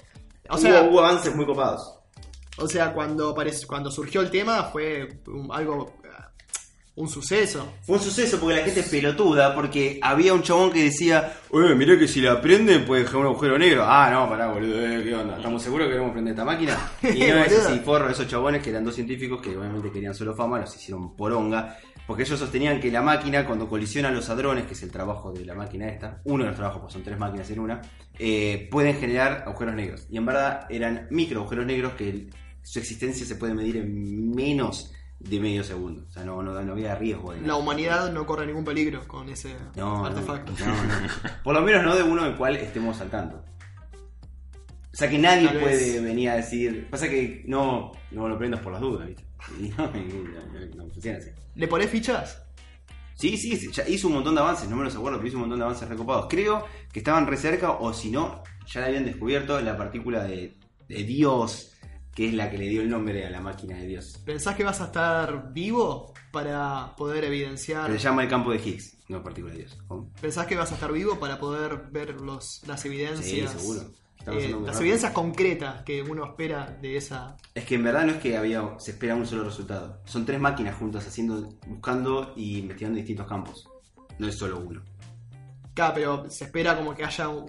[SPEAKER 1] O sea-
[SPEAKER 3] hubo, hubo avances muy copados.
[SPEAKER 1] O sea, cuando, aparec- cuando surgió el tema fue un- algo. eh, Un suceso.
[SPEAKER 3] Fue un suceso porque la gente es pelotuda, porque había un chabón que decía, eh, mirá que si la prenden puede dejar un agujero negro. Ah, no, pará, boludo, eh, ¿qué onda? ¿Estamos seguros que queremos prender esta máquina? Y no es
[SPEAKER 1] Boludo.
[SPEAKER 3] así, forro, esos chabones que eran dos científicos que obviamente querían solo fama, los hicieron poronga, porque ellos sostenían que la máquina, cuando colisiona los hadrones, que es el trabajo de la máquina esta, uno de los trabajos, pues son tres máquinas en una, eh, pueden generar agujeros negros. Y en verdad eran micro agujeros negros que el- su existencia se puede medir en menos de medio segundo. O sea, no, no, no había riesgo de nada.
[SPEAKER 1] La humanidad no corre ningún peligro con ese
[SPEAKER 3] No,
[SPEAKER 1] artefacto.
[SPEAKER 3] no, no, no. Por lo menos no de uno del cual estemos al tanto. O sea que nadie
[SPEAKER 1] Tal
[SPEAKER 3] puede
[SPEAKER 1] vez.
[SPEAKER 3] venir a decir. Pasa que no, no lo prendas por las dudas, ¿viste? Y no, y no, no, no funciona así.
[SPEAKER 1] ¿Le ponés fichas?
[SPEAKER 3] Sí, sí, sí, ya hizo un montón de avances, no me los acuerdo, pero hizo un montón de avances recopados. Creo que estaban re cerca, o si no, ya la habían descubierto la partícula de, de Dios, que es la que le dio el nombre a la máquina de Dios.
[SPEAKER 1] ¿Pensás que vas a estar vivo para poder
[SPEAKER 3] Que
[SPEAKER 1] evidenciar?
[SPEAKER 3] se llama el campo de Higgs, no partícula de Dios. Oh, ¿Cómo?
[SPEAKER 1] ¿Pensás que vas a estar vivo para poder ver los, las evidencias?
[SPEAKER 3] Sí, seguro. Está
[SPEAKER 1] eh,
[SPEAKER 3] pasando muy
[SPEAKER 1] las
[SPEAKER 3] rápido.
[SPEAKER 1] evidencias concretas que uno espera de esa.
[SPEAKER 3] Es que en verdad no es que había, se espera un solo resultado. Son tres máquinas juntas haciendo, buscando y investigando distintos campos. No es solo uno.
[SPEAKER 1] Claro, pero se espera como que haya un-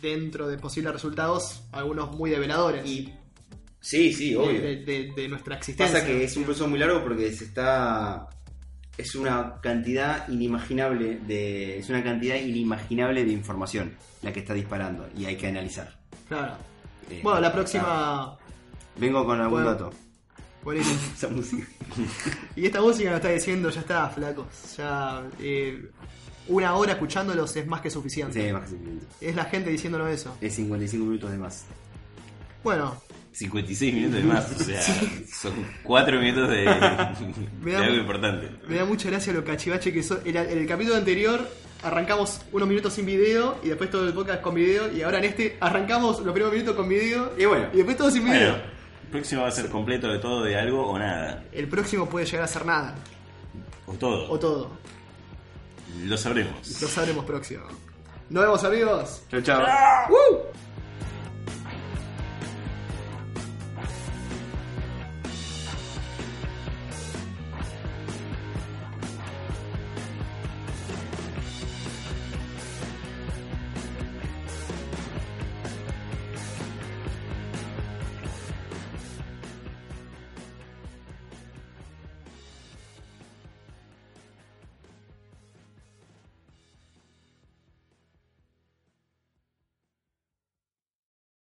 [SPEAKER 1] dentro de posibles resultados algunos muy develadores
[SPEAKER 3] Y. Sí, sí,
[SPEAKER 1] de,
[SPEAKER 3] obvio.
[SPEAKER 1] de- de- de nuestra existencia.
[SPEAKER 3] Pasa que es un proceso muy largo porque se está. Es una cantidad inimaginable de. Es una cantidad inimaginable de información la que está disparando y hay que analizar.
[SPEAKER 1] Claro.
[SPEAKER 3] Eh,
[SPEAKER 1] Bueno, la
[SPEAKER 3] ah,
[SPEAKER 1] próxima...
[SPEAKER 3] vengo con algún
[SPEAKER 1] Bueno.
[SPEAKER 3] dato.
[SPEAKER 1] Buenísimo.
[SPEAKER 3] Esa música.
[SPEAKER 1] Y esta música nos está diciendo, ya está, flacos. Ya eh, una hora escuchándolos es más que suficiente.
[SPEAKER 3] Sí, más que suficiente.
[SPEAKER 1] Es la gente diciéndonos eso.
[SPEAKER 3] Es 55 minutos de más.
[SPEAKER 1] Bueno,
[SPEAKER 2] 56 minutos de más, o sea, son 4 minutos de,
[SPEAKER 1] Me
[SPEAKER 2] de
[SPEAKER 1] da-
[SPEAKER 2] algo importante.
[SPEAKER 1] me da mucha gracia lo cachivache que so- el, el capítulo anterior arrancamos unos minutos sin video y después todo el podcast con video. Y ahora en este arrancamos los primeros minutos con video
[SPEAKER 3] Y bueno.
[SPEAKER 1] y después todo sin video.
[SPEAKER 2] Bueno, el próximo va a ser completo de todo, de algo o nada,
[SPEAKER 1] El próximo puede llegar a ser nada.
[SPEAKER 2] o todo.
[SPEAKER 1] O todo.
[SPEAKER 2] Lo sabremos.
[SPEAKER 1] Lo sabremos próximo. Nos vemos amigos. ¡Ah!
[SPEAKER 3] Chao, chao.
[SPEAKER 1] ¡Woo!